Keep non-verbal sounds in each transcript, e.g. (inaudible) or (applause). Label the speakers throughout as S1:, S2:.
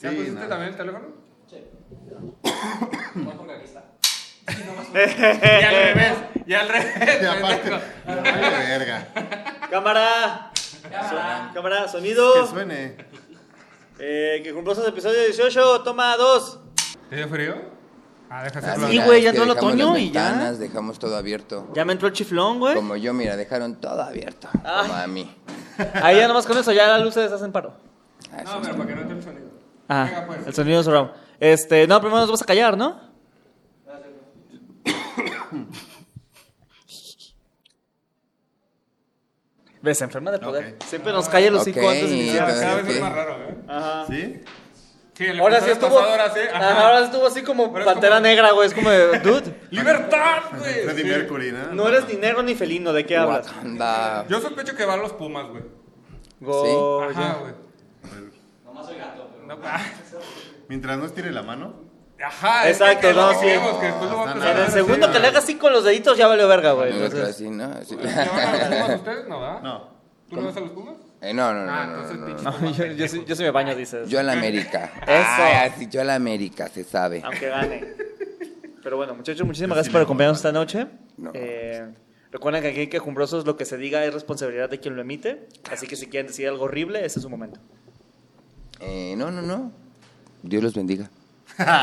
S1: ¿Ya
S2: Sí,
S1: pusiste
S2: nada.
S1: también el teléfono?
S3: Sí. No, porque aquí está. Sí, no más o menos.
S1: Ya al revés, ya al revés.
S2: (laughs) Y aparte,
S1: pendejo.
S2: ya vale verga.
S4: (laughs) Cámara.
S3: Cámara.
S4: Cámara,
S2: Que
S4: sonido.
S2: suene.
S4: Eh, que cumplamos el episodio 18. Toma dos.
S1: ¿Te dio frío? Ah, déjase
S5: Ah,
S1: soplar.
S4: sí,
S5: mira,
S4: güey,
S5: es
S4: ya
S5: que
S4: entró el
S5: dejamos las
S4: otoño y ya.
S5: ventanas, Dejamos todo abierto.
S4: Ya me entró el chiflón, güey.
S5: Como yo, mira, dejaron todo abierto.
S4: Ay.
S5: Como a mí.
S4: Ahí ya nomás con eso, ya las luces hacen paro.
S5: Así
S1: No, pero
S5: está.
S1: para que no te el sonido.
S4: Ah,
S1: Venga, pues.
S4: el sonido surround. Este, no, primero nos vas a callar, ¿no? (coughs) Ves, se enferma de poder.
S2: Ok.
S4: Siempre nos calla los
S5: Ok.
S4: cinco antes de
S1: Ya,
S4: iniciar.
S5: Entonces,
S1: cada vez es
S5: ¿qué?
S1: más raro, ¿eh?
S4: Ajá.
S2: ¿Sí?
S1: Sí, el
S4: pues Ahora sí
S1: episodio
S4: estuvo.
S1: pasado, Ahora sí. ajá.
S4: Ajá, ahora sí estuvo así como
S1: Ahora es
S4: pantera
S1: como-
S4: negra, güey. Es como, de, dude,
S1: ¡Libertad, güey!
S2: Freddie
S1: Sí.
S2: Mercury, ¿no?
S4: no eres ni negro ni felino, ¿de qué hablas?
S5: Wakanda.
S1: Yo sospecho que van los Pumas, güey.
S4: Go,
S1: Ajá,
S4: Oh, ya.
S1: güey.
S3: Nomás soy gato, pero.
S1: No, ah,
S2: Mientras no estire la mano.
S1: (laughs) Ajá, es
S4: Exacto,
S1: que- que
S4: no,
S1: lo
S4: sí.
S1: vemos, que después lo vamos a
S2: En
S1: empezar
S4: En
S1: a
S4: el
S1: hacer,
S4: segundo que
S1: güey.
S4: le hagas así con los deditos ya valió verga, güey.
S5: Nosotros
S4: (laughs) entonces.
S5: así, ¿no? Sí.
S1: ¿Le van a los Pumas ustedes? No, ¿verdad?
S2: No.
S1: ¿Tú no vas a los Pumas?
S5: (laughs) Eh, no, no, no,
S1: Ah,
S5: no,
S1: entonces
S5: no, no,
S1: pinche
S5: no.
S1: Pumas,
S4: yo, yo, sí- yo sí me baño, dices.
S5: Yo a la América. Eso. así, yo a la América, se sabe.
S4: aunque gane. Pero bueno, muchachos, muchísimas
S2: Yo
S4: gracias
S2: sí
S4: por
S2: le
S4: acompañarnos esta
S2: voy
S4: noche.
S5: No.
S4: Eh, recuerden que aquí en Quejumbrosos lo que se diga es responsabilidad de quien lo emite. Así que si quieren decir algo horrible, ese es su momento.
S5: Eh, no, no, no. Dios los bendiga.
S1: Es (laughs) la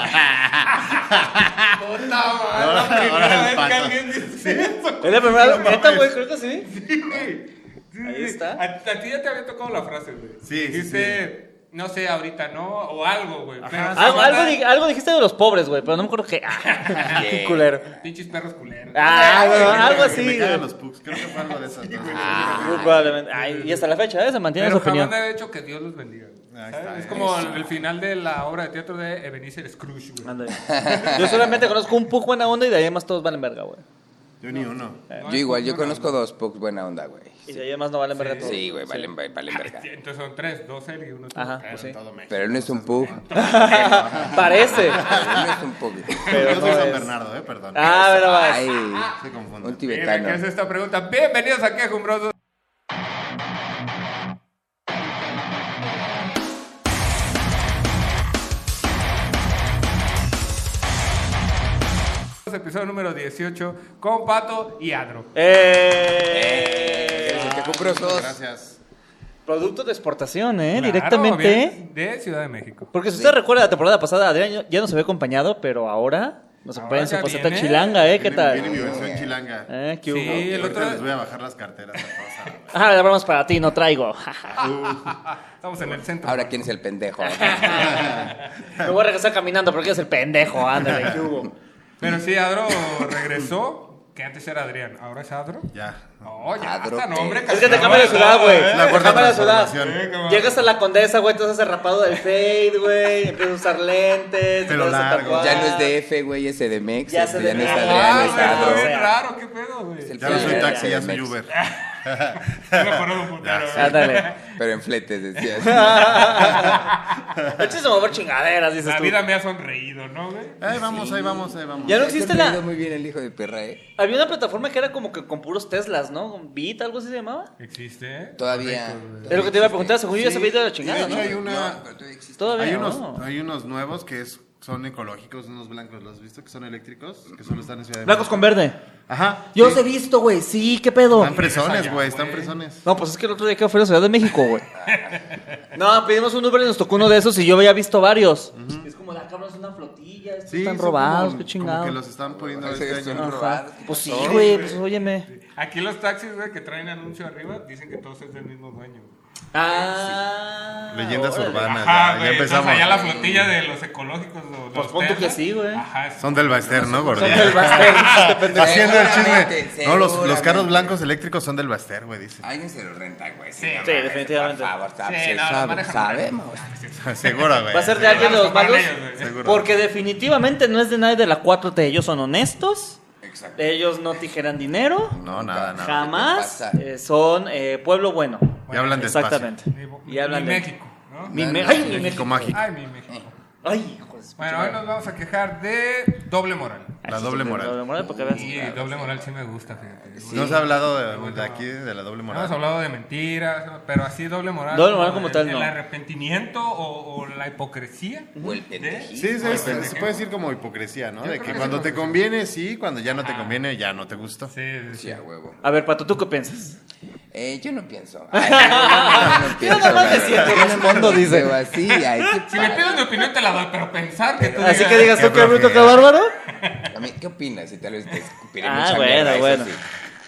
S2: Ahora-
S1: primera
S2: ahora el
S1: vez que
S2: pato.
S1: alguien dice eso.
S4: Es la primera vez. ¿Neta, güey? Creo que sí.
S1: Sí, güey. Sí,
S4: Ahí
S1: sí.
S4: está.
S1: A, a ti ya te había tocado la frase, güey.
S2: Sí, sí,
S1: Dice, no sé, ahorita no, o algo, güey. Pero sí,
S4: Algo, algo
S1: banda,
S4: di- algo dijiste de los pobres, güey, pero no me acuerdo qué. (laughs) Ah, qué culero.
S1: Pinches perros culeros.
S4: Ah,
S1: Ay,
S4: no,
S1: güey.
S4: algo
S2: Que
S4: así.
S2: me cagan
S4: güey.
S2: los pugs. Creo que fue algo de esas. ¿no?
S4: Muy probablemente. Ay, y hasta la fecha, ¿eh? Se mantiene
S1: Pero
S4: su opinión.
S1: jamás me ha hecho que Dios los bendiga. güey.
S2: Ahí
S1: ¿Sabes?
S2: está,
S1: es
S2: eh.
S1: como el, el final de la obra de teatro de Ebenezer Scrooge, güey.
S4: Ándale. (laughs) Yo solamente conozco un pug buena onda y de ahí más todos valen verga, güey.
S2: Yo ni uno.
S5: Yo igual, yo conozco dos Pugs buena onda, güey.
S4: Y de ahí más no valen verga todos.
S5: Sí, güey, valen, valen verga.
S1: Sí, Entonces son tres, dos él y uno tú.
S4: Ajá, pues sí.
S2: Todo México.
S5: Pero él no es un Pug.
S4: (laughs) Parece.
S5: Pero él (laughs) no es un Pug.
S4: Pero
S2: Yo soy
S4: no
S2: San
S4: es.
S2: Bernardo, ¿eh? Perdón.
S4: Ah, pero vas.
S5: Ay,
S2: Se confunde.
S5: un
S1: Mira, que
S5: tibetano.
S1: hace esta pregunta. Bienvenidos a Quejumbrosos. Episodio número 18 con Pato y Adro.
S4: Eh,
S5: Eh, quejumbrosos.
S2: Gracias.
S4: Producto de exportación, ¿eh?
S1: Claro,
S4: Directamente.
S1: bien, De Ciudad de México.
S4: Porque si usted recuerda la temporada pasada, Adrián ya nos había acompañado, pero ahora nos acompaña en su
S1: ya
S4: faceta
S1: viene.
S4: chilanga, ¿eh? ¿Qué
S2: Viene-
S4: tal?
S2: Viene mi versión chilanga.
S4: ¿Eh?
S1: Sí.
S4: ¿Qué hubo?
S1: el
S2: Ahorita
S1: otro-
S2: les voy a bajar las carteras a todos.
S4: Ah, la broma es para ti, no traigo. (laughs)
S1: Estamos en el centro.
S5: Ahora, ¿quién es el pendejo?
S4: Me voy a regresar caminando porque es el pendejo, ándale, ¿qué hubo?
S1: Pero sí, Adro regresó, que antes era Adrián, ahora es Adro.
S2: Ya.
S1: No, ya,
S5: Adro,
S1: hasta
S5: ¿qué?
S1: nombre.
S4: Es que te
S1: cambiaba
S4: cambia la
S1: todo,
S4: ciudad, güey.
S1: ¿eh?
S2: La
S4: Te
S2: cuarta
S4: cambia la ciudad.
S2: transformación.
S1: Sí, como-
S4: Llegas a la condesa, güey, te haces el rapado del fade, güey, empiezas a usar lentes,
S2: Pelo
S4: empiezas a
S2: largo.
S4: tatuar.
S5: Ya no es DF, güey, es CDMX.
S4: Ya
S5: este,
S4: se
S5: Ya no es
S4: de-
S5: Adrián,
S1: Ah,
S5: es
S1: güey,
S4: Adro.
S1: está
S5: Adro.
S1: bien raro, qué pedo, güey.
S5: Es el
S2: Ya no soy
S5: pendejo,
S2: taxi, ya soy
S5: CDMX.
S2: Uber.
S1: Me acuerdo un putero,
S4: Ah,
S1: güey.
S4: Ándale.
S5: Pero en
S4: (laughs)
S5: fletes, decías.
S4: El chiste es mover chingaderas, dices
S1: La
S4: tú.
S1: vida me ha sonreído, ¿no, güey?
S2: Ahí vamos, ahí vamos, ahí vamos.
S4: Ya no
S5: Me ha
S4: existe
S5: sorprendido
S4: la.
S5: muy bien el hijo de perra, ¿eh?
S4: Había una plataforma que era como que con puros Teslas, ¿no? Con Beat, algo así se llamaba.
S1: Existe, ¿eh?
S5: Todavía.
S4: Es lo que te iba a preguntar, según yo ya se había ido a la
S2: Y de
S4: chingada,
S2: hecho
S4: ¿no?
S2: hay una...
S5: No, pero todavía existe.
S4: Todavía
S2: Hay
S4: no.
S2: unos, hay unos nuevos que es- son ecológicos, unos blancos, ¿los has visto? Que son eléctricos, que solo están en Ciudad de
S4: Blancos
S2: México.
S4: con verde.
S2: Ajá.
S4: Yo
S2: sí.
S4: los he visto, güey. Sí, qué pedo.
S2: Están presones, güey, están
S1: güey.
S2: presones.
S4: No, pues es que el otro día que fue a la Ciudad de México, güey. No, pedimos un Uber y nos tocó uno de esos y yo había visto varios. Es como la cámara es una flotilla, estos
S2: Sí,
S4: están
S2: son
S4: robados,
S2: como-
S4: qué
S2: Como que
S4: chingado.
S2: los están poniendo
S5: Ese
S2: este
S5: es
S2: año.
S5: un
S4: Ajá.
S5: robados,
S4: Pues sí,
S2: son,
S4: güey,
S2: güey.
S4: pues óyeme.
S1: Aquí los taxis, güey, que traen anuncio arriba, dicen que todos es del mismo dueño. güey.
S4: Ah.
S2: Leyendas
S4: órale.
S2: urbanas,
S1: Ajá,
S2: ya, ya
S1: güey. entonces
S2: empezamos.
S1: allá la flotilla de los ecológicos, los,
S4: Pues
S1: los
S4: pon tú que
S1: Tesla.
S4: sí, güey.
S1: Ajá, sí.
S2: Son del Baster, ¿no, gordo?
S4: Son del Baster, este
S2: (laughs)
S4: pendejo.
S2: Haciendo el
S5: Seguramente,
S2: chisme. No, los, los carros
S5: seguramente.
S2: blancos eléctricos son del Baster, güey, dice. (laughs)
S5: Alguien se lo renta, güey.
S1: Sí,
S5: no
S4: sí,
S5: mames,
S4: definitivamente.
S5: Por favor, sab-
S1: Sí,
S5: se
S1: no, lo
S5: sabe-
S1: manejan Ah,
S5: sabemos.
S2: Seguro, güey.
S4: Va a ser de
S2: seguro.
S4: alguien de
S1: Vamos
S4: los
S1: con
S4: malos.
S1: ellos, güey.
S2: Seguro.
S4: Porque definitivamente no es de nadie de la 4T. Ellos son honestos.
S5: Exacto.
S4: Ellos no tijeran dinero.
S2: No, nada, nada.
S4: Jamás.
S5: ¿qué te pasa?
S4: eh, son eh, pueblo bueno.
S2: Y hablan despacio.
S4: Exactamente.
S1: Ni-
S4: Y hablan
S1: ni
S4: de- Eh,
S1: México, ¿no?
S4: Mi
S5: No,
S4: me-
S5: no,
S4: Ay,
S5: no,
S4: mi
S2: México
S4: México.
S2: mágico.
S1: Ay, mi México.
S4: Ay, hijo de su
S1: Bueno,
S4: pinche
S1: hoy
S4: madre.
S1: nos vamos a quejar de doble moral.
S4: Ah,
S2: La
S4: sí,
S2: doble
S4: sí,
S2: moral.
S4: Doble moral, porque veas.
S1: Y doble moral sí me gusta, fíjate.
S2: No has hablado de,
S1: Bueno,
S2: de aquí, de la doble
S1: Hemos
S2: moral.
S1: hablado de mentiras, pero así doble moral.
S4: Doble moral como
S1: el-
S4: tal,
S1: el,
S4: no.
S1: arrepentimiento o, o la hipocresía.
S5: O el
S1: ¿Eh?
S5: pendejito.
S2: Sí, es- es-
S1: pendejo.
S2: se puede decir como hipocresía, ¿no?
S1: Yo
S2: De
S1: creo
S2: que
S1: que
S2: cuando
S1: sí,
S2: te
S1: porque-
S2: conviene, sí, cuando ya no te
S1: Ajá.
S2: conviene, ya no te gusta.
S1: Sí, sí, sí.
S5: Sí, a huevo.
S4: A ver, Pato, ¿tú qué piensas?
S5: Eh, yo
S4: (laughs)
S5: no pienso. Ay, yo no pienso,
S4: nomás me
S5: la verdad.
S4: siento,
S5: Yo no
S4: respondo,
S5: pienso
S4: dice.
S5: Así, ay, qué
S1: Si me
S5: padre.
S1: pides mi opinión te la doy, pero pensar que tú
S4: Así que digas tú
S2: Qué
S4: qué bruto, qué
S2: flojera.
S4: bárbaro.
S5: A mí, ¿qué opinas? Si tal vez te escupiré
S4: Ah,
S5: mucha
S4: bueno,
S5: mierda, eso
S4: bueno.
S5: sí.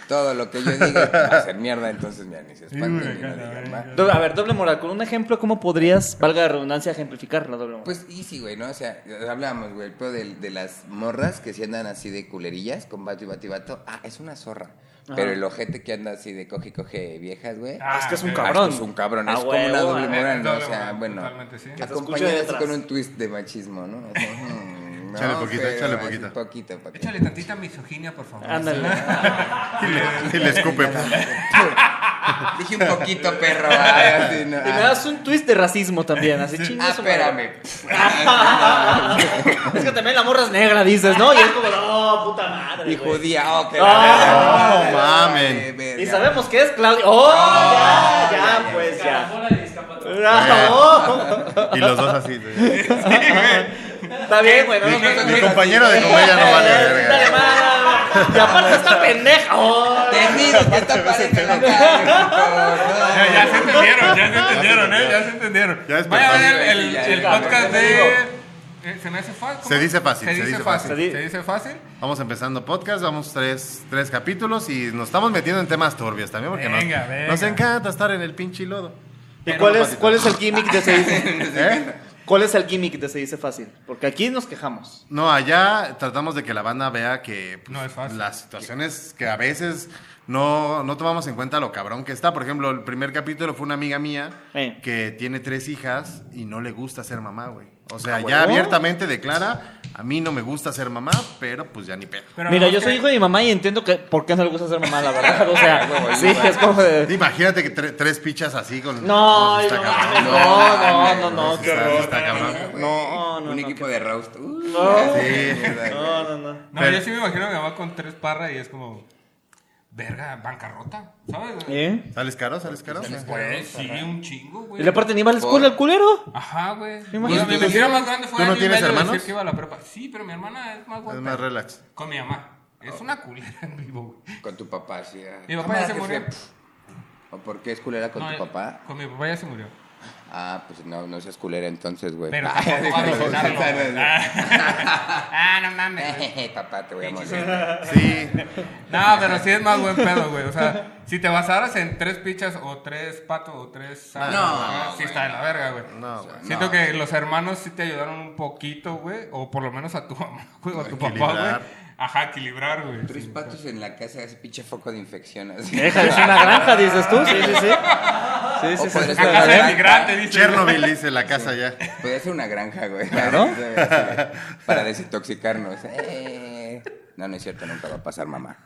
S5: Todo lo que yo diga va a ser mierda, entonces me ni se espanten
S1: Sí, güey,
S5: y no
S1: acá,
S5: digan
S1: acá.
S5: más.
S4: Do- a ver, doble moral. Con un ejemplo, ¿cómo podrías, valga la redundancia, ejemplificar la doble moral?
S5: Pues easy, güey, ¿no? O sea, hablábamos, güey, el pedo de, de las morras que si andan así de culerillas con vato y vato y vato. Ah, es una zorra.
S4: Ajá.
S5: Pero el ojete que anda así de coge y coge viejas, güey.
S1: Ah,
S4: es que es un
S1: ok.
S5: Ah,
S4: cabrón.
S5: es un cabrón,
S4: Ah,
S5: es como una
S4: huevo,
S5: doble
S4: eh,
S5: moral, ¿no?
S1: doble
S5: O sea,
S1: moral,
S5: bueno,
S1: totalmente, sí. Que te
S4: escuche
S5: acompañada así
S4: detrás.
S5: con un twist de machismo, ¿no? O sea, mm,
S2: Échale poquito,
S5: pero
S2: échale
S5: es
S2: poquito.
S5: un Poquito, pa' que-
S1: Échale tantita misoginia, por favor.
S4: Ándale.
S2: Y le, (laughs) y le escupe.
S1: (laughs)
S5: Dije un poquito, perro. Ay, así, no,
S4: Y me
S5: ah.
S4: das un twist de racismo también, así chingas.
S5: Ah, espérame.
S4: Es que también la morra es negra, dices, ¿no? Y es como, no, puta madre.
S5: Y
S4: güey".
S5: judía, oh, que
S4: Ah, No,
S5: verga,
S2: no mamen.
S5: vale, verga.
S4: Y sabemos que es Claudia. ¡Oh! ya, ya,
S5: ya,
S4: pues ya.
S3: Caramola y escapatoria.
S4: ¡No!
S2: Y los dos así. de-
S4: Está bien, güey. No,
S2: Mi,
S4: no, no,
S2: mi compañero de comedia no vale
S4: Dale,
S2: verga.
S4: va, va, va. Y aparte está pendeja. ¡Oh!
S5: Te miro que está pareja en la calle,
S1: Ya, ya
S5: puto,
S1: se entendieron, ya se entendieron, ¿eh? Ya se entendieron.
S2: Ya despertaron.
S1: Vaya a ver el, el-
S5: Ya,
S1: el
S5: ya,
S1: podcast
S5: ya,
S1: de...
S5: ya,
S1: eh, ¿Se me hace fácil? ¿Cómo?
S2: Se dice fácil,
S1: Se dice fácil.
S4: Se di-
S1: Se dice fácil.
S2: Vamos empezando podcast, vamos tres, tres capítulos y nos estamos metiendo en temas turbios también porque nos,
S1: Venga, venga.
S2: nos encanta estar en el pinche lodo.
S4: ¿Y cuál es,
S2: Patito.
S4: cuál es el gimmick (laughs) de se dice?
S2: ¿Eh?
S4: ¿Cuál es el gimmick de se dice fácil? Porque aquí nos quejamos.
S2: No, allá tratamos de que la banda vea que pues,
S1: No es fácil.
S2: las situaciones que a veces no, no tomamos en cuenta lo cabrón que está. Por ejemplo, el primer capítulo fue una amiga mía
S4: Eh.
S2: que tiene tres hijas y no le gusta ser mamá, güey. O sea,
S4: Ah,
S2: ya
S4: huevo.
S2: abiertamente declara, a mí no me gusta ser mamá, pero pues ya ni pedo.
S1: Pero
S4: Mira,
S1: no,
S4: yo
S1: que-
S4: soy hijo de mi mamá y entiendo que por qué no le gusta ser mamá, la verdad. O (laughs) sea,
S5: Huevo,
S4: sí,
S5: igual.
S4: es como de.
S2: Imagínate que tre- tres pichas así con...
S4: No,
S2: pues, está
S4: no, no,
S2: cabrón.
S4: no, no, no,
S2: Sí,
S4: qué
S2: está-
S4: horror.
S2: está cabrón.
S4: No, no,
S5: Un
S4: no,
S5: equipo de roast. Uh,
S4: No.
S5: sí, mierda, güey.
S4: No, no, no.
S1: No,
S2: Pero-
S1: yo sí me imagino a mi mamá con tres parras y es como... Verga, bancarrota, ¿sabes?
S4: ¿Eh?
S2: ¿Sales caro? ¿Sales caro?
S1: Pues sí, un chingo, güey.
S4: Y aparte ni va a la escuela el culero.
S1: Ajá, güey.
S4: Me imagino.
S1: Bueno, Mi mentira más grande
S2: ¿Tú
S1: fue
S2: no
S1: año y
S2: tienes
S1: medio de
S2: hermanos?
S1: decir que iba a la prepa. Sí, pero mi hermana es más
S2: Es
S1: guapa.
S2: más relax.
S1: Con mi mamá. Es una culera en vivo, güey.
S5: Con tu papá, sí. ah.
S1: Mi papá
S5: Cámara
S1: ya se
S5: que
S1: murió.
S5: fue, pf. ¿O por qué es culera con
S1: No,
S5: tu
S1: eh,
S5: papá?
S1: Con mi papá ya se murió.
S5: Ah, pues no, no seas culera entonces, güey.
S1: Pero
S5: (laughs) Ah,
S1: tampoco va a
S5: déjame (laughs)
S1: respetarlo, güey.
S5: pensarlo.
S1: Ah, no (laughs)
S5: (laughs)
S1: mames. güey.
S5: Eh, Papá, te voy a morir.
S2: Sí.
S1: No, pero sí es más buen pedo, güey. O sea, si te basaras en tres pichas o tres patos o tres... ah,
S5: No,
S1: Sí está de la verga, güey.
S2: No, güey.
S1: Siento
S5: No.
S1: que los hermanos sí te ayudaron un poquito, güey. O por lo menos a tu (laughs) mamá, güey, o a tu papá,
S2: Equilibrar.
S1: güey. Ajá, equilibrar, güey.
S5: Tres
S1: Sí.
S5: patos en la casa, ese pinche foco de infección. así.
S4: Deja, es una granja, dices tú. Sí, sí, sí. Sí,
S5: O
S4: sí, sí.
S5: podría
S4: sí,
S5: ser
S1: La
S5: una
S1: casa del
S5: granja.
S1: migrante, dice. (laughs)
S2: Chernobyl dice la casa ya.
S5: (laughs) Podría ser una granja, güey. (laughs)
S4: Claro.
S5: Para desintoxicarnos. Eh. No, no es cierto, nunca va a pasar, mamá.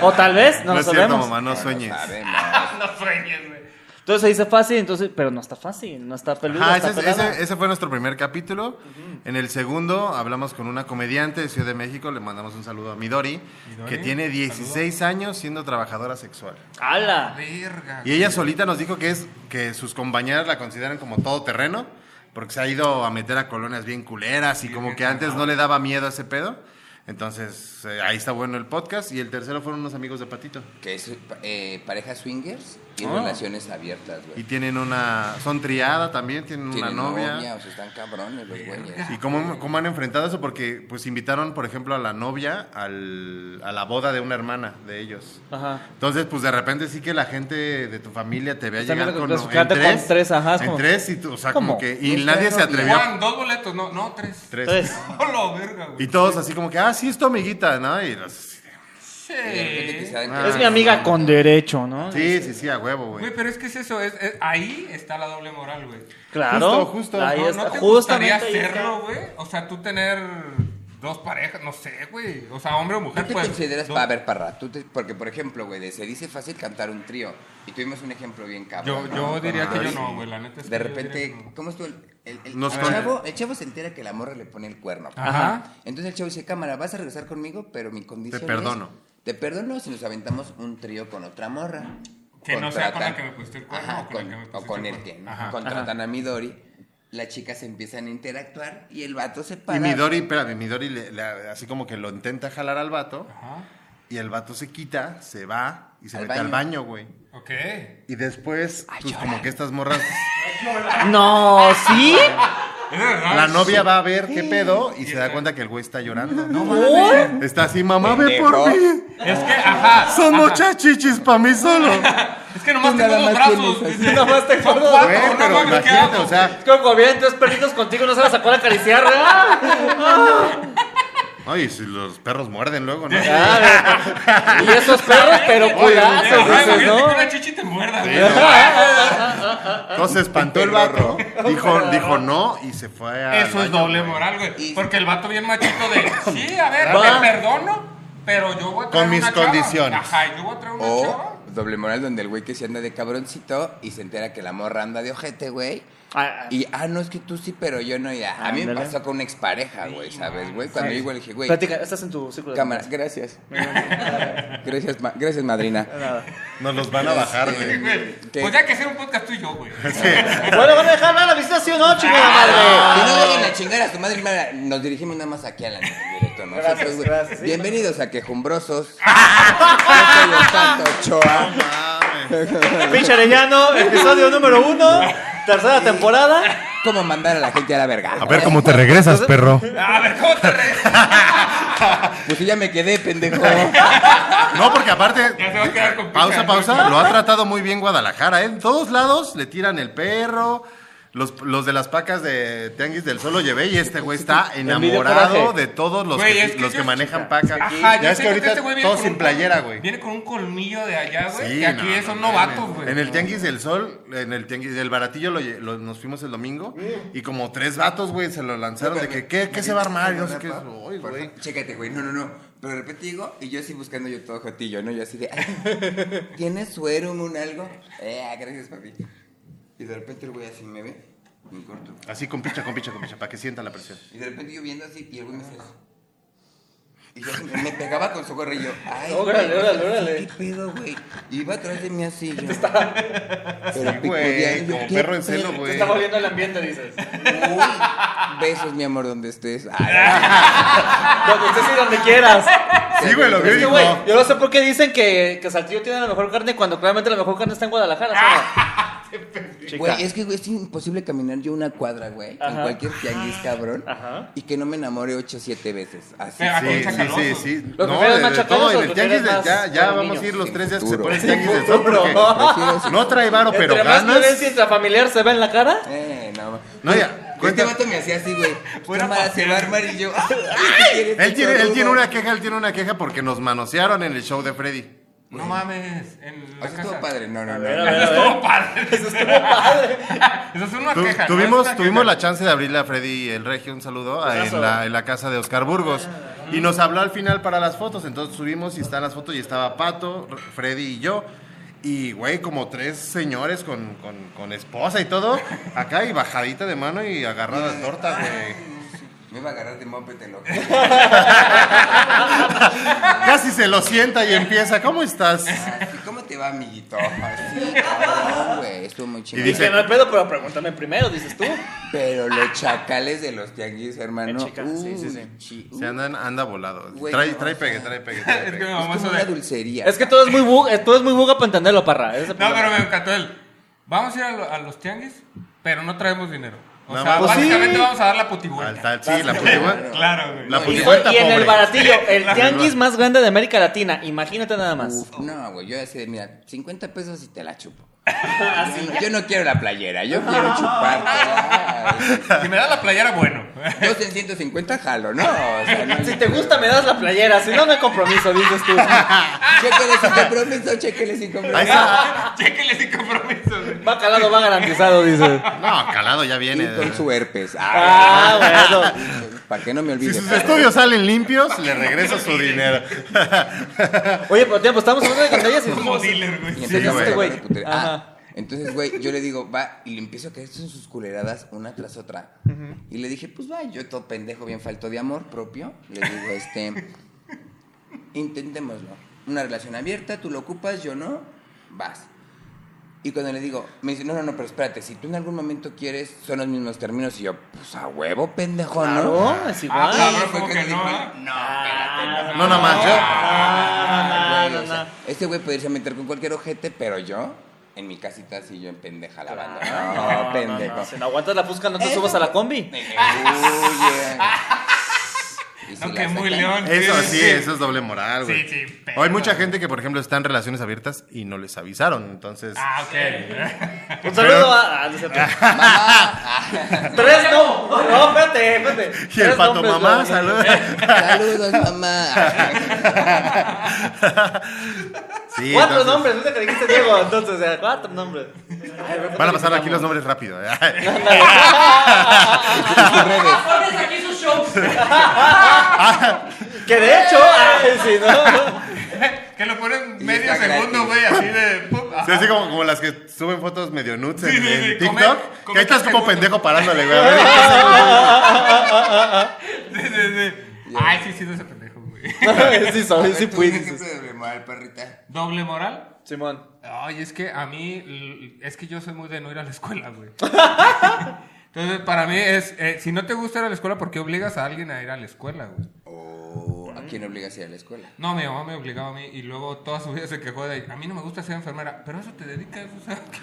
S4: O tal vez, no,
S2: No
S4: lo
S2: es cierto,
S4: sabemos.
S2: mamá, no sueñes.
S5: sabemos.
S1: No sueñes, güey.
S4: Entonces se dice fácil, entonces, pero no está fácil, no está peludo,
S2: Ah,
S4: está
S2: ese, es-
S4: pelada.
S2: ese- ese fue nuestro primer capítulo. En el segundo hablamos con una comediante de Ciudad de México, le mandamos un saludo a Midori,
S1: Midori,
S2: que tiene 16 años siendo trabajadora sexual.
S4: ¡Hala!
S1: Verga.
S2: Y ella solita nos dijo que es que sus compañeras la consideran como todoterreno, porque se ha ido a meter a colonias bien culeras y como que antes no le daba miedo a ese pedo. Entonces, eh, ahí está bueno el podcast. Y el tercero fueron unos amigos de Patito.
S5: Que es eh, pareja swingers y
S4: Oh.
S5: relaciones abiertas,
S2: Y
S5: güey.
S2: tienen una... Son triada también, tienen,
S5: Tienen
S2: una novia.
S5: o sea, están cabrones los güeyes.
S2: ¿Y cómo, cómo han enfrentado eso? Porque pues invitaron, por ejemplo, a la novia al- a la boda de una hermana de ellos.
S4: Ajá.
S2: Entonces, pues de repente sí que la gente de tu familia te vea
S4: Está
S2: llegar
S4: viendo
S2: con,
S4: que Pues, su gente con tres, ajá, es
S2: en
S4: como-
S2: tres y tú, o sea, como
S4: ¿Cómo?
S2: que y
S4: Dos,
S2: nadie
S4: tres,
S2: se
S4: ¿no?
S2: atrevió.
S1: Juan, dos boletos, no, no, tres.
S2: Tres.
S4: Entonces,
S1: (laughs) Hola, verga, güey.
S2: Y todos así como que, ah, sí, es tu amiguita, ¿no? Y los-
S1: Sí.
S5: Y de repente que se dan
S4: Ah. es
S5: cuenta-
S4: mi amiga con derecho, ¿no?
S2: sí, sí, sí, a huevo, güey.
S1: Güey, pero es que es eso, es, es- ahí está la doble moral, güey.
S4: Claro.
S2: Justo, justo.
S4: Ahí
S1: ¿No,
S4: está,
S1: ¿No te gustaría
S4: justamente. ahí está.
S1: hacerlo, güey? O sea, tú tener dos parejas, no sé, güey. O sea, hombre o mujer,
S5: ¿Tú te
S1: pues.
S5: consideras,
S1: dos-
S5: a ver, Parra, tú te- porque por ejemplo, güey, de- se dice fácil cantar un trío. Y tuvimos un ejemplo bien
S1: Yo,
S5: cabrón. ¿no?
S1: yo
S5: Con-
S1: diría que
S5: Ay,
S1: yo
S5: sí.
S1: no, güey, la neta. es
S5: De
S1: que yo diría
S5: repente,
S1: que no.
S5: ¿cómo estuvo el, el, el-
S2: Nos
S5: el
S2: con-
S5: chavo? El chavo se entera que la morra le pone el cuerno.
S1: Ajá.
S5: Entonces el chavo dice, cámara, vas a regresar conmigo, pero mi condición
S2: Te
S5: es-
S2: perdono.
S5: te perdono si nos aventamos un trío con otra morra.
S1: Que no sea con la
S5: Contratan-
S1: que me pusiste el cuerno
S5: Ajá,
S1: o con la que me
S5: o
S1: pusiste
S5: con
S1: el
S5: el que
S1: cuerno.
S5: ¿no?
S1: Ajá.
S5: contratan a Midori. Las chicas empiezan a interactuar y el vato se para.
S2: Y Midori, espérame, Midori le- le- así como que lo intenta jalar al vato.
S1: Ajá.
S2: Y el vato se quita, se va y se
S5: Al
S2: mete al baño, güey.
S1: Ok.
S2: Y después, pues como que estas morras.
S4: No, ¿sí?
S1: Es verdad.
S2: La novia va a ver qué pedo y se da
S1: está-
S2: cuenta que el güey está llorando.
S4: ¿Por?
S2: Está así, mamá, ve por
S5: Pendejo.
S2: mí.
S1: Es que, ajá.
S2: Son
S1: ajá.
S2: muchas chichis para mí solo.
S1: Es que nomás
S5: Tú
S1: tengo
S5: nada
S1: dos
S5: más
S1: brazos.
S5: tienes
S1: dice.
S4: Nada más tengo
S1: Son
S4: dos.
S1: cuatro,
S2: Güey,
S1: no
S2: pero
S1: mames, ¿qué
S2: imagínate,
S1: hago?
S2: o sea.
S4: Es que como vienen tres perritos contigo, no se la sacó de acariciar, ¿verdad?
S2: Ay, si los perros muerden luego, ¿no?
S4: Ah, Y esos perros, pero
S1: Pero,
S4: culazos,
S1: ajá,
S4: dices,
S1: imagínate
S4: ¿no?
S1: que una chichi te muerda, güey.
S2: ah, Entonces se espantó el vato. Dijo, dijo no y se fue a.
S1: Eso es doble moral, güey.
S5: Y-
S1: Porque el vato bien machito de, sí, a ver,
S4: Va.
S1: te perdono, pero yo voy a traer
S2: Con mis
S1: una chava".
S2: condiciones.
S1: Ajá, yo voy a traer una
S5: O
S1: chava.
S5: doble moral donde el güey que se anda de cabroncito y se entera que la morra anda de ojete, güey.
S4: Ah,
S5: Y, ah, no, es que tú sí, pero yo no. Y, ah, a mí me
S4: Ándale.
S5: pasó con una expareja, güey, ¿sabes, güey? Cuando yo igual le dije, güey,
S4: Platica, estás en tu círculo. de
S5: cámara, gracias. gracias, ma- gracias, madrina.
S4: Nada.
S2: Nos los van a bajar,
S5: Este,
S2: güey.
S5: ¿qué?
S1: Pues ya hay que hacer un podcast tú y yo,
S2: (laughs)
S1: güey.
S4: Bueno, van a dejar hablar a la visita, sí o no, chingada
S5: Y
S4: madre.
S5: no vayan a chingar a su madre, madre. Nos dirigimos nada más aquí a la directo, ¿no?
S4: Gracias,
S5: Nosotros, güey.
S4: gracias, sí.
S5: Bienvenidos a Quejumbrosos. Yo soy Osanto Ochoa.
S4: Pinche Arellano, episodio número uno, tercera temporada.
S5: ¿Cómo mandar a la gente a la verga?
S2: te regresas, perro.
S1: A ver, ¿cómo te re-
S2: (laughs)
S5: Pues sí, ya me quedé, pendejo.
S2: No, porque aparte.
S1: Ya se va a quedar con
S2: Pausa,
S1: pica,
S2: pausa. Lo ha tratado muy bien Guadalajara, ¿eh? En todos lados le tiran el perro. Los, los de las pacas de Tianguis del Sol lo llevé y este güey está
S4: Envidio
S2: enamorado
S4: coraje.
S2: de todos los
S1: Güey,
S2: que,
S1: es que
S2: los que
S1: yo-
S2: manejan paca.
S1: Ajá,
S2: ya
S1: yo
S2: es que
S1: siento
S2: ahorita
S1: este güey viene
S2: todos
S1: con
S2: sin
S1: un-
S2: playera, güey.
S1: Viene con un colmillo de allá, güey.
S2: Sí,
S1: que aquí
S2: no,
S1: son
S2: no,
S1: novatos,
S2: mames.
S1: güey.
S2: En el Tianguis del Sol, en el Tianguis del Baratillo lo lle- lo- nos fuimos el domingo y como tres vatos, güey, se lo lanzaron de que ¿qué, qué se va a armar, Y no sé qué. Ay,
S5: Por
S2: güey.
S5: favor, Chécate, güey. No, no, no. Pero de repente digo, y yo así buscando yo todo jotillo, ¿no? Yo así
S2: (laughs)
S5: de, ay, ¿tienes suero, un algo? Eh, ah, gracias, papi. Y de repente el güey así me ve, me corto.
S2: Así con picha, con picha, con picha, para que sienta la presión.
S5: Y de repente yo viendo así, y el güey me hace así. Y yo así, me me pegaba con su gorro y yo, ay,
S4: Órale,
S5: güey,
S4: órale, órale.
S5: ¿Qué pedo, güey? Y Iba atrás de
S4: (laughs)
S5: mí así, yo.
S2: Sí,
S5: Pero
S2: güey,
S5: picudeando,
S2: como
S5: ¿qué
S2: perro en
S5: pedo?
S2: celo, güey.
S4: Está volviendo el ambiente, dices.
S5: Uy, besos, mi amor,
S2: (laughs)
S5: donde estés. Ay,
S4: Donde estés y donde (laughs) quieras.
S2: Sí, güey, lo vio y
S4: Es que,
S2: dijo,
S4: güey, yo no sé por qué dicen que, que Saltillo tiene la mejor carne cuando claramente la mejor carne está en Guadalajara, ¿sabes? Chica.
S5: Güey, es que güey, es imposible caminar yo una cuadra, güey, en
S4: Ajá.
S5: cualquier tianguis, cabrón,
S4: Ajá.
S5: y que no me enamore ocho o siete veces. Así.
S1: Pero
S2: Sí,
S1: Con
S2: sí, sí,
S1: chacalosos.
S2: sí.
S4: ¿Los
S2: No,
S4: prefieres
S2: de,
S4: más
S2: de todo,
S4: chacalosos o
S2: el
S4: los
S2: tianguis, de-
S4: prefieres
S2: ya,
S4: más
S2: ya
S4: niños?
S2: vamos a ir los
S5: Sin
S2: tres días que se
S5: futuro.
S2: pone el tianguis del
S4: Sin
S2: sol
S4: futuro.
S2: porque
S5: Prefiero-
S2: no trae varo, pero
S4: Entre más
S2: ganas.
S4: violencia intrafamiliar se ve en la cara.
S5: Eh, no.
S2: No, ya,
S5: Este
S2: cuenta.
S5: vato me hacía así,
S2: (laughs)
S5: güey.
S1: Buena
S5: Cámara, se va a armar y yo. ¡Ay!
S2: Él tiene, él tiene una queja, él tiene una queja porque nos manosearon en el show de Freddy.
S1: No mames. En la
S5: Así estuvo
S1: casa.
S5: padre. No, no, no.
S4: ver, a
S5: no.
S4: ver.
S1: Eso estuvo padre.
S4: Eso estuvo padre.
S1: (laughs) Eso es una
S2: Tu-
S1: queja. ¿no? Es
S2: tuvimos
S1: una
S2: tuvimos
S1: queja.
S2: la chance de abrirle a Freddy el Regio un saludo a-
S4: Abrazo.
S2: en, la, en la casa de Oscar Burgos. Y nos habló al final para las fotos. Entonces subimos y están las fotos y estaba Pato, R- Freddy y yo. Y, güey, como tres señores con, con- con esposa y todo. Acá y bajadita de mano y agarrada de torta, güey.
S5: Me iba a agarrar de moped, loco.
S2: Casi se lo sienta y empieza. ¿Cómo estás?
S5: Así, ¿Cómo te va, amiguito? Así, cabrón, güey. Estuvo muy
S2: Y
S5: chingón.
S2: dice-
S4: Dije, no hay pedo, pero pregúntame primero, dices tú.
S5: Pero los chacales de los tianguis, hermano.
S4: Eh, chica, sí, sí, sí.
S5: uy, chi-
S2: Se andan, anda volado.
S5: Güey,
S2: Trae,
S5: no,
S2: trae
S5: o sea,
S2: pegue, trae
S5: (laughs)
S2: pegue.
S1: Es
S2: trae
S1: que
S2: pegue.
S1: me
S5: Es
S1: mamó
S5: como
S1: eso
S5: una
S1: de.
S5: dulcería.
S4: Es que todo es muy buga, todo es muy buga para entenderlo, parra. Ese
S1: No,
S4: problema.
S1: pero me encantó él. Vamos a ir a, lo- a los tianguis, pero no traemos dinero. O
S2: Nada
S1: sea,
S2: más.
S4: Pues sí.
S1: básicamente vamos a dar la putibuelta.
S2: Al tal- sí, la putigua.
S1: Claro, güey.
S2: La
S5: No,
S4: Y,
S2: putivuelta,
S4: y en el
S2: pobre.
S4: baratillo, el tianguis más grande de América Latina, imagínate nada más.
S5: Uf, no, güey, yo decía, mira, 50 pesos y te la
S4: (laughs)
S5: chupo. yo, no, yo no quiero la playera, yo quiero chuparte.
S1: Si me da la playera, bueno.
S5: Dos en 150 jalo, ¿no? O sea, no
S4: Si te gusta me das la playera, si no me compromiso, dices (laughs) tú.
S5: Chéquele sin compromiso, chéquele sin
S2: Ahí
S5: compromiso.
S2: está.
S1: Chéquenle sin compromiso, güey.
S4: Va calado, va garantizado, dices.
S2: No, calado ya viene.
S5: Y con su herpes.
S4: Ah,
S5: Ah,
S4: bueno.
S5: Para que no me
S2: Si
S5: olvide.
S2: sus estudios salen limpios, le regreso su dinero.
S4: Oye, pero tiempo, estamos hablando de cantallas y
S1: Como
S4: dijimos-
S1: dealer, güey.
S5: Y
S1: Sí.
S5: entonces ya
S2: güey.
S5: me
S4: Güey.
S5: agarré de putería.
S4: Ajá.
S5: Ah, entonces, güey, yo le digo, va, y le empiezo a caer en sus culeradas una tras otra. Y le dije, pues va, yo todo pendejo, bien falto de amor propio. Le digo, este, (laughs) intentémoslo. Una relación abierta, tú lo ocupas, yo no, vas. Y cuando le digo, me dice, no, no, no, pero espérate, si tú en algún momento quieres, son los mismos términos. Y yo, pues a huevo, pendejo, ¿no?
S4: Claro, es igual.
S1: Ah, cabrón,
S5: Y fue
S1: ¿cómo
S5: que
S1: que
S5: le
S1: no,
S5: dijo,
S1: ah?
S5: no, espérate,
S2: No, no más. yo-
S4: Ah,
S5: Güey,
S4: no,
S5: o
S4: no,
S5: sea,
S4: no.
S5: Este güey puede irse a meter con cualquier ojete, pero yo, en mi casita, así yo en pendeja la banda. No, pendejo.
S4: Si no aguantas la fusca, no te subas a la combi.
S5: Me huyen. Y se
S1: No,
S5: la
S1: que muy
S5: sacan.
S1: león.
S2: Eso sí, eso es doble moral,
S1: Sí,
S2: güey.
S1: sí,
S2: O Hay
S1: pero-
S2: mucha gente que, por ejemplo, está en relaciones abiertas y no les avisaron. Entonces,
S1: Ah, ok.
S4: Un saludo a. ah, no es cierto. Tres no. No, espérate, espérate.
S2: y el
S4: Tres
S2: pato
S4: nombres,
S2: mamá,
S4: no, no, no.
S2: saluda.
S1: Eh,
S5: Saludos, mamá.
S2: Sí,
S4: Cuatro
S2: entonces,
S4: nombres, viste que dijiste Diego, entonces, o sea, cuatro nombres.
S2: Van a pasar aquí los nombres rápido.
S1: (laughs)
S2: ¿eh?
S3: Pones aquí sus shows.
S4: Que de hecho, ay, sí,
S1: (laughs)
S4: ¿no?
S1: que lo ponen
S5: Y
S1: medio
S5: está
S1: segundo,
S5: gratis.
S1: güey, así de. pum,
S2: Sí,
S1: ajá.
S2: así como, como las que suben fotos medio nudes
S1: Sí,
S2: en,
S1: sí,
S2: en
S1: sí,
S2: TikTok.
S1: comer-
S2: que ahí
S1: comer
S2: estás como
S1: segundos.
S2: pendejo parándole, güey. a ver.
S1: Sí, sí, sí. Ay, sí, sí, no se pendejo, güey.
S4: Sí, soy, sí,
S5: Tú
S4: pude.
S5: siempre de mal, perrita.
S1: ¿Doble moral?
S4: Simón.
S1: Ay, es que a mí, l- es que yo soy muy de no ir a la escuela, güey. Entonces, para mí es, eh, si no te gusta ir a la escuela, ¿por qué obligas a alguien a ir a la escuela, güey?
S5: Oh, ¿A quién obligas a ir a la escuela?
S1: No, mi mamá me obligaba a mí y luego toda su vida se quejó de, a mí no me gusta ser enfermera, pero eso te dedicas, o sea, que-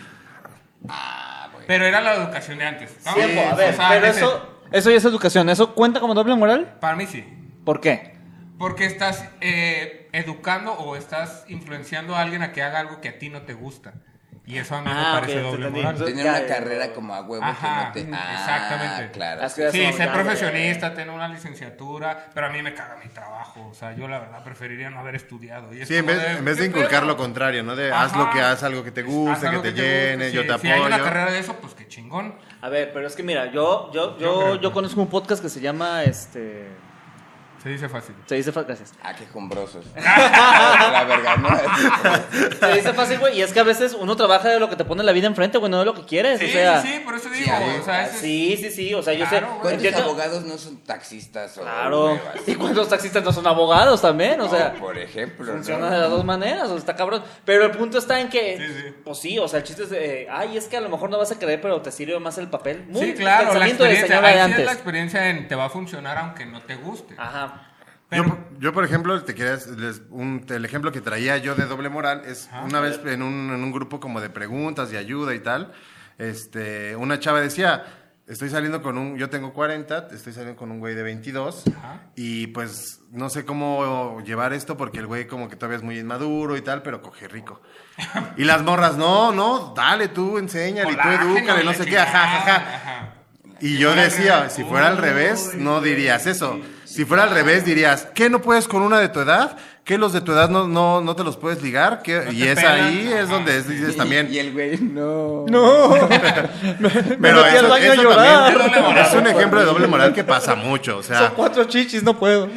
S5: Ah, güey.
S1: Pero era la educación de antes. ¿no?
S4: Tiempo, a
S1: O
S4: ver,
S1: sea,
S4: pero
S1: ese-
S4: eso, eso ya es educación. ¿Eso cuenta como doble moral?
S1: Para mí sí.
S4: ¿Por qué?
S1: Porque estás eh, educando o estás influenciando a alguien a que haga algo que a ti no te gusta. Y eso a mí
S4: Ah,
S1: me
S4: ok,
S1: parece
S4: te
S1: doble
S4: entendí.
S1: moral.
S5: Tener una carrera como a huevo
S1: Ajá,
S5: que
S1: ujú,
S5: no te. Ah,
S1: exactamente.
S5: Claro.
S4: Así es.
S1: Sí,
S4: Eso,
S1: ser
S4: ya,
S1: profesionista, tener una licenciatura, pero a mí me caga mi trabajo. O sea, yo la verdad preferiría no haber estudiado. Y es
S2: Sí, en
S1: como
S2: vez,
S1: de,
S2: en vez de
S1: ¿qué
S2: inculcar
S1: pedo?
S2: lo contrario, ¿no? De haz
S1: Ajá.
S2: lo que haz, algo que te guste,
S1: Haz
S2: que
S1: algo
S2: te
S1: guste.
S2: llene, yo
S1: Sí,
S2: te
S1: Si hay una
S2: apoyo.
S1: carrera de eso, pues qué chingón.
S4: A ver, pero es que mira, yo, yo,
S1: Yo
S4: yo,
S1: creo.
S4: yo conozco un podcast que se llama este.
S1: Se dice fácil.
S4: Se dice fa- gracias.
S5: Ah, qué jumbrosos. la verga, ¿no?
S4: Se dice fácil, güey. Y es que a veces uno trabaja de lo que te pone la vida enfrente, güey, no de lo que quieres.
S1: Sí,
S4: o sea, ah,
S1: sí, sí, por eso digo.
S5: sí,
S1: o sea, ese es-
S4: sí, sí, sí, O sea, yo
S1: Claro,
S4: sé.
S1: güey.
S5: ¿Cuántos
S4: entiendo-
S5: abogados no son taxistas o
S4: Claro.
S5: huevas?
S4: Y cuántos taxistas no son abogados también, o
S5: No,
S4: sea.
S5: por ejemplo, ¿no?
S4: Funciona de las dos maneras, o sea, está cabrón. Pero el punto está en que,
S1: Sí, sí.
S4: pues sí, o sea, el chiste es de, eh, ay, es que a lo mejor no vas a creer, pero te sirve más el papel. Muy
S1: sí, claro, la
S4: pensamiento de
S1: experiencia.
S4: señora de
S1: Ahí sí es la
S4: antes.
S1: experiencia en te va a funcionar aunque no te guste.
S2: Ah,
S4: Ajá.
S1: Pero-
S2: Yo, yo, por ejemplo, te querías, les- un- el ejemplo que traía yo de doble moral es una vez en un, en un grupo como de preguntas y ayuda y tal, este, una chava decía, estoy saliendo con un, yo tengo 40, estoy saliendo con un güey de 22
S1: Ajá.
S2: y pues no sé cómo llevar esto porque el güey como que todavía es muy inmaduro y tal, pero coge rico.
S1: (laughs)
S2: Y las morras, no, no, dale tú, enséñale, tú
S1: Colágeno y
S2: edúcale, no
S1: la
S2: sé qué, ajá, ajá,
S1: chingada,
S2: ajá.
S1: ajá.
S2: Y yo decía, si fuera al revés,
S1: Uy,
S2: no dirías eso. Si fuera al revés, dirías, ¿qué no puedes con una de tu edad? ¿Qué los de tu edad no, no, no te los puedes ligar? ¿Qué-
S1: No
S2: y
S1: te
S2: es
S1: pelan.
S2: ahí, es donde es- dices
S5: Y
S2: también.
S5: el güey, no.
S2: (laughs)
S4: No. me metí al baño
S2: eso
S4: a
S2: también
S4: llorar.
S2: es
S4: (laughs)
S2: doble moral. es un
S5: Por
S2: ejemplo de doble moral que pasa mucho. O sea,
S4: cuatro chichis, no puedo.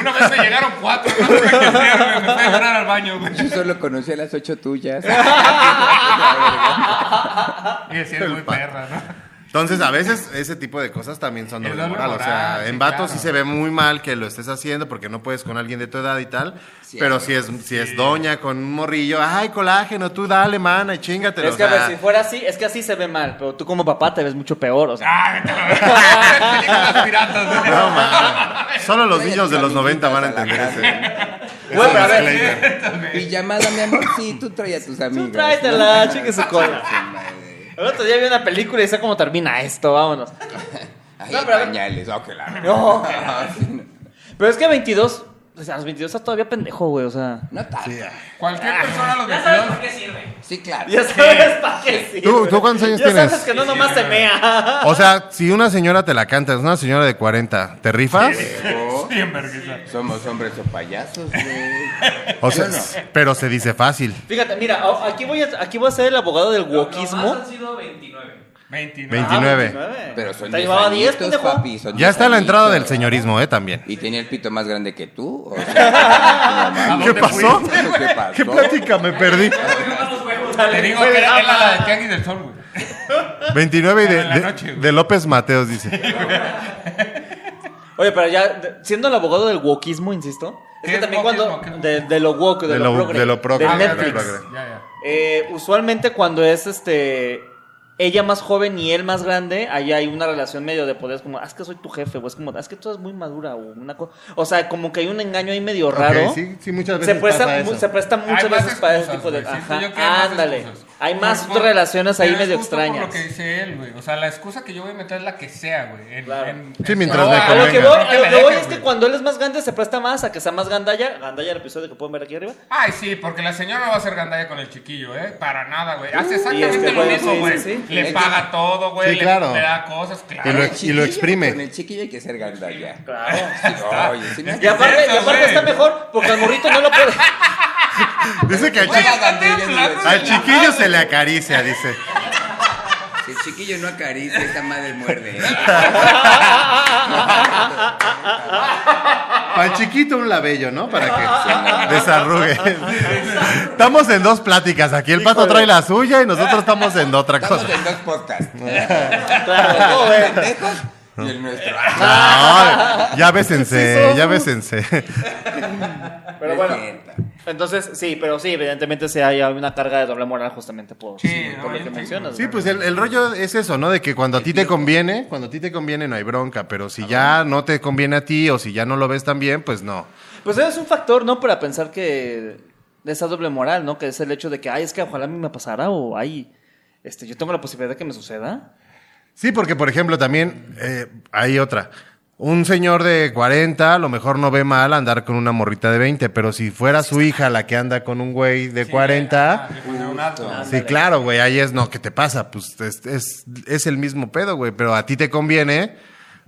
S1: Una vez me llegaron cuatro, no sé qué hacer, güey, me fui a llorar al baño, güey.
S5: Yo solo conocí a las ocho tuyas.
S2: Ah,
S1: Y decir,
S2: El
S1: muy
S2: pato.
S1: perra, ¿no?
S2: entonces a veces ese tipo de cosas también son
S1: El
S2: doble
S1: doble
S2: moral. O sea,
S1: moral,
S2: en
S1: sí,
S2: vato sí
S1: claro.
S2: se ve muy mal que lo estés haciendo porque no puedes con alguien de tu edad y tal.
S5: Sí,
S2: pero
S5: güey.
S2: si es, si es doña con un morrillo, ay, colágeno, tú dale, mana, y chingatelo.
S4: es que
S2: o sea,
S4: a ver, si fuera así, es que así se ve mal, pero tú como papá te ves mucho peor, o sea.
S1: Ah, vete a la verga. Películas piratas, güey.
S2: No, man. Solo los niños de los 90 van a entender ese.
S4: Güey, pero a ver,
S2: disclaimer.
S5: Y llamada, mi amor, sí, tú trae a tus amigos.
S4: tráetela, chingue su cola.
S5: Sí, madre.
S4: El otro día vi una película y sé cómo termina esto, vámonos.
S5: Ay,
S4: No,
S5: hay
S4: pero a ver.
S5: pañales, oh, que la
S4: No.
S5: Sí, no.
S4: Pero es que 22, o sea, a los 22 está todavía pendejo, güey, o sea.
S5: No tanto.
S2: Sí, ah.
S1: Cualquier persona a los
S3: Ya sabes
S1: 22
S3: por qué sirve.
S5: Sí, claro.
S4: Ya sabes para qué sirve.
S2: ¿Tú- tú cuántos años
S4: ya sabes
S2: tienes?
S4: que no nomás se mea. (laughs)
S2: O sea, si una señora te la canta, es una señora de 40, ¿te rifas?
S5: Oh,
S1: Sí, en vergüenza.
S5: Somos hombres o payasos, güey.
S2: O sea,
S5: Yo no.
S2: s- pero se dice fácil.
S4: Fíjate, mira, a- aquí voy a, aquí voy a ser el abogado del
S3: Lo- lo más
S4: wokismo.
S3: han sido 29.
S2: Ah,
S1: 29.
S2: 29.
S5: Pero son
S4: Te
S5: 10
S4: llevaba 10,
S5: añitos,
S4: pendejo.
S5: papi, son
S2: Ya
S5: 10
S2: está la entrada del
S5: añitos.
S2: señorismo, ¿eh? También.
S5: ¿Y tenía el pito más grande que tú?
S2: (laughs)
S5: O sea,
S1: ¿A
S2: ¿Qué
S1: dónde
S2: pasó?
S1: fuiste?
S5: ¿Qué pasó?
S2: (laughs) ¿Qué plática me perdí?
S1: Ah, Te digo que era era la de Tianguis del Sol, güey.
S2: 29 y de,
S1: Pero en la
S2: de-
S1: noche, güey.
S2: de López Mateos, dice.
S4: Oye, pero ya, de- siendo el abogado del wokismo, insisto,
S1: ¿Qué
S4: es que
S1: es
S4: también
S1: wokismo?
S4: cuando.
S1: ¿Qué es
S4: De, de lo woke, de,
S2: De
S4: lo,
S2: lo-
S4: progre,
S2: de lo progre,
S4: de
S2: de lo
S4: Netflix.
S2: progre.
S1: Ya, ya.
S4: Eh, usualmente cuando es este ella más joven y él más grande, ahí hay una relación medio de poder, es como, ah, es que soy tu jefe, o es como, "Ah, es que tú eres muy madura, o una cosa. O sea, como que hay un engaño ahí medio raro.
S2: Ok, sí, sí, muchas veces
S4: se, presta,
S2: pasa
S4: mu-
S2: eso.
S4: se presta muchas
S1: Hay más
S4: veces para ese
S1: excusas,
S4: tipo de.
S1: güey. Siento
S4: Ajá,
S1: yo que hay más
S4: ándale.
S1: excusas.
S4: Hay
S1: Por-
S4: más
S1: por-
S4: relaciones ahí
S1: pero es
S4: medio
S1: justo Por
S4: extrañas.
S1: lo que dice él, güey. O sea, la excusa que yo voy a meter es la que sea, güey. En-
S4: Claro.
S1: en-
S2: Sí,
S1: en-
S2: mientras
S1: No,
S2: me
S4: A lo que
S2: convenga.
S4: voy, a lo que
S1: me
S4: voy
S1: dejes,
S4: es que
S1: güey.
S4: cuando él es más grande se presta más a que sea más gandalla. Gandalla el episodio que pueden ver aquí arriba.
S1: Ay, sí, porque la señora no va a ser gandalla con el chiquillo, ¿eh? Para nada, güey. Hace
S4: y
S1: exactamente
S4: este
S1: lo
S4: güey,
S1: mismo,
S4: sí,
S1: güey.
S4: sí, sí.
S1: Le
S5: Sí,
S1: paga todo, güey.
S2: Sí,
S1: le-
S2: claro.
S1: Le, da cosas, claro.
S2: Y lo-
S5: Con el Ah, chiquillo,
S2: exprime.
S5: Con el chiquillo hay que ser gandalla.
S4: Claro.
S5: Oye, sí me
S4: Y aparte,
S1: Eso,
S4: y aparte
S1: güey.
S4: está mejor porque al morrito no
S1: (laughs)
S4: lo puede. (laughs)
S2: Dice que al,
S1: Güey,
S2: chi-
S1: hasta te
S5: Gandalla,
S1: aplaudo.
S2: al chiquillo se le acaricia, dice.
S5: Si el chiquillo no acaricia, esta madre muerde. ¿eh?
S2: Al chiquito un labello, ¿no? Para
S1: (laughs)
S2: que desarrugue. Estamos en dos pláticas aquí. El pato trae la suya y nosotros estamos en otra
S5: Estamos
S2: cosa.
S5: en dos podcasts.
S4: Claro,
S5: Los
S4: no, güey.
S5: pendejos y el nuestro.
S2: No, ya bésense, ya bésense.
S4: Pero
S5: Es
S4: bueno.
S5: neta.
S4: Entonces, sí, pero sí, evidentemente sí hay una carga de doble moral justamente por,
S1: Sí, no,
S4: por lo
S1: yo
S4: que
S1: sí.
S4: mencionas.
S2: Sí,
S4: ¿no?
S2: pues el, el rollo es eso, ¿no? De que cuando a ti te conviene, cuando a ti te conviene no hay bronca, pero si ya no te conviene a ti o si ya no lo ves tan bien, pues no.
S4: Pues es un factor, ¿no? Para pensar que de esa doble moral, ¿no? Que es el hecho de que, ay, es que ojalá a mí me pasara o, ay, este, yo tengo la posibilidad de que me suceda.
S2: Sí, porque por ejemplo también eh, hay otra. Un señor de 40 a lo mejor no ve mal andar con una morrita de 20, pero si fuera su hija la que anda con un güey de 40,
S1: Ah, le pone un alto.
S2: Sí, claro, güey, ahí es, no, ¿qué te pasa? Pues es, es, es el mismo pedo, güey, pero a ti te conviene,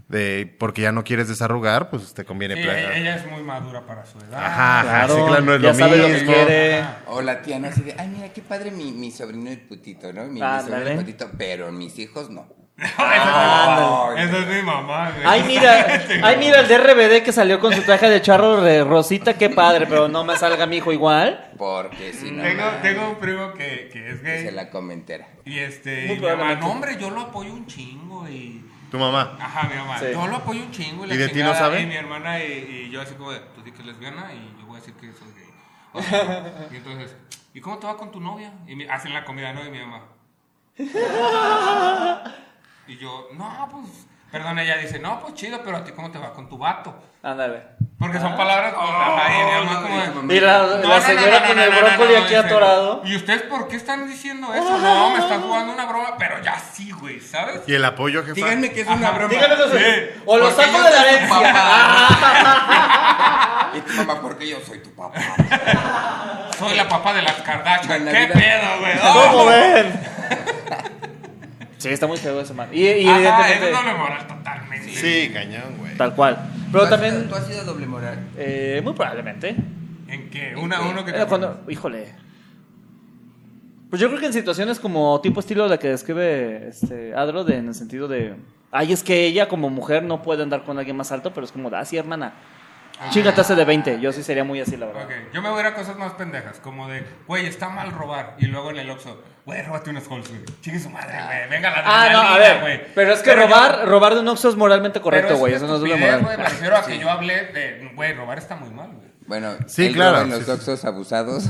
S2: de, porque ya no quieres desarrugar, pues te conviene.
S1: Sí,
S2: plan-
S1: ella ella es muy madura para su edad.
S2: Ajá, ajá, Ah, sí, claro, no es
S4: ya
S2: lo
S4: sabe lo que
S2: mismo.
S4: quiere.
S1: (laughs)
S5: O la tía, ¿no? Así de, ay, mira, qué padre mi, mi sobrino el putito, ¿no? Mi, mi
S4: Ándale.
S5: sobrino el putito, pero mis hijos no.
S1: Esa
S5: Ay,
S1: es mi- esa es mi mamá, güey.
S4: Ay, mira,
S5: (laughs)
S4: ay, mira el de RBD que salió con su traje de charro de rosita, qué padre, pero no me salga mi hijo igual.
S5: Porque si
S1: (laughs)
S5: no,
S1: Tengo,
S5: ma,
S1: tengo un primo que, que es
S5: se
S1: gay.
S5: la comentera.
S1: Y este. y mi
S4: Muy
S1: mamá,
S4: probablemente.
S1: no, hombre, yo lo apoyo un chingo y.
S2: Tu mamá.
S1: Ajá, mi mamá.
S4: Sí.
S1: Yo lo apoyo un chingo. ¿Y, la
S2: ¿Y de ti no
S1: chingada,
S2: sabe?
S1: Y mi hermana y, y yo así como, de, tú di que es lesbiana y yo voy a decir que soy gay. O
S4: (laughs)
S1: sea, y entonces, ¿y cómo te va con tu novia? Y me hacen la comida, ¿no? Y mi
S4: (laughs)
S1: mamá. Y yo, no, pues, perdón, ella dice, no, pues chido, pero a ti cómo te va con tu vato.
S4: Ándale.
S1: Porque son palabras como, ajá, y mi mamá como... de,
S4: Y Ah. la,
S1: "No,
S4: la
S1: no, no,
S4: señora
S1: no,
S4: con
S1: no,
S4: el
S1: no, no,
S4: brócoli
S1: no, no",
S4: aquí
S1: dice,
S4: atorado.
S1: ¿Y ustedes por qué están diciendo eso? No, me están jugando una broma, pero ya sí, güey, ¿sabes?
S2: ¿Y el apoyo, jefa?
S5: Díganme que es una broma.
S4: Dígame eso.
S1: Sí,
S4: O lo
S5: porque
S4: saco
S5: yo
S4: de la
S5: soy tu
S4: herencia. (laughs)
S5: papá.
S4: Ah.
S5: Y tu mamá, porque yo soy tu papá.
S1: Soy la papá de las Kardashian.
S5: En la
S1: ¿Qué
S5: vida.
S1: pedo, güey?
S4: ¿Cómo
S1: ¡Oh!
S4: ven? Sí, está muy feo ese man. Y, y
S1: Ajá,
S4: evidentemente,
S1: es doble moral totalmente.
S2: Sí, cañón, güey.
S4: tal cual.
S5: ¿Tú
S4: Pero
S5: has-
S4: también,
S5: ¿Tú has sido doble moral?
S4: eh, muy probablemente.
S1: ¿En qué? Una, uno que te
S4: Era cuando, híjole. Pues yo creo que en situaciones como tipo estilo la que describe este Adro, de- en el sentido de. Ay, es que ella como mujer no puede andar con alguien más alto, pero es como, de, ah, sí, hermana. Chingate hace de 20. Yo sí sería muy así, la verdad.
S1: Ah. Ok, yo me voy a ir a cosas más pendejas, como de, güey, está mal robar. Y luego en el Oxxo, güey, róbate unos Halls, güey. Chingue su madre, güey. Venga la
S4: Ah, no, a
S1: adrenalina,
S4: ver.
S1: güey.
S4: Pero es que
S1: yo-
S4: robar, robar de un oxo es moralmente
S1: pero
S4: correcto,
S1: es
S4: güey.
S1: una
S4: Eso no es doble
S1: estupidez,
S4: moral.
S1: güey, Me refiero a que yo hablé de, güey, robar está muy mal, güey.
S5: Bueno,
S2: Sí,
S5: él
S2: claro,
S5: roba en
S2: sí,
S5: los
S2: sí.
S4: (laughs)
S5: oxos abusados.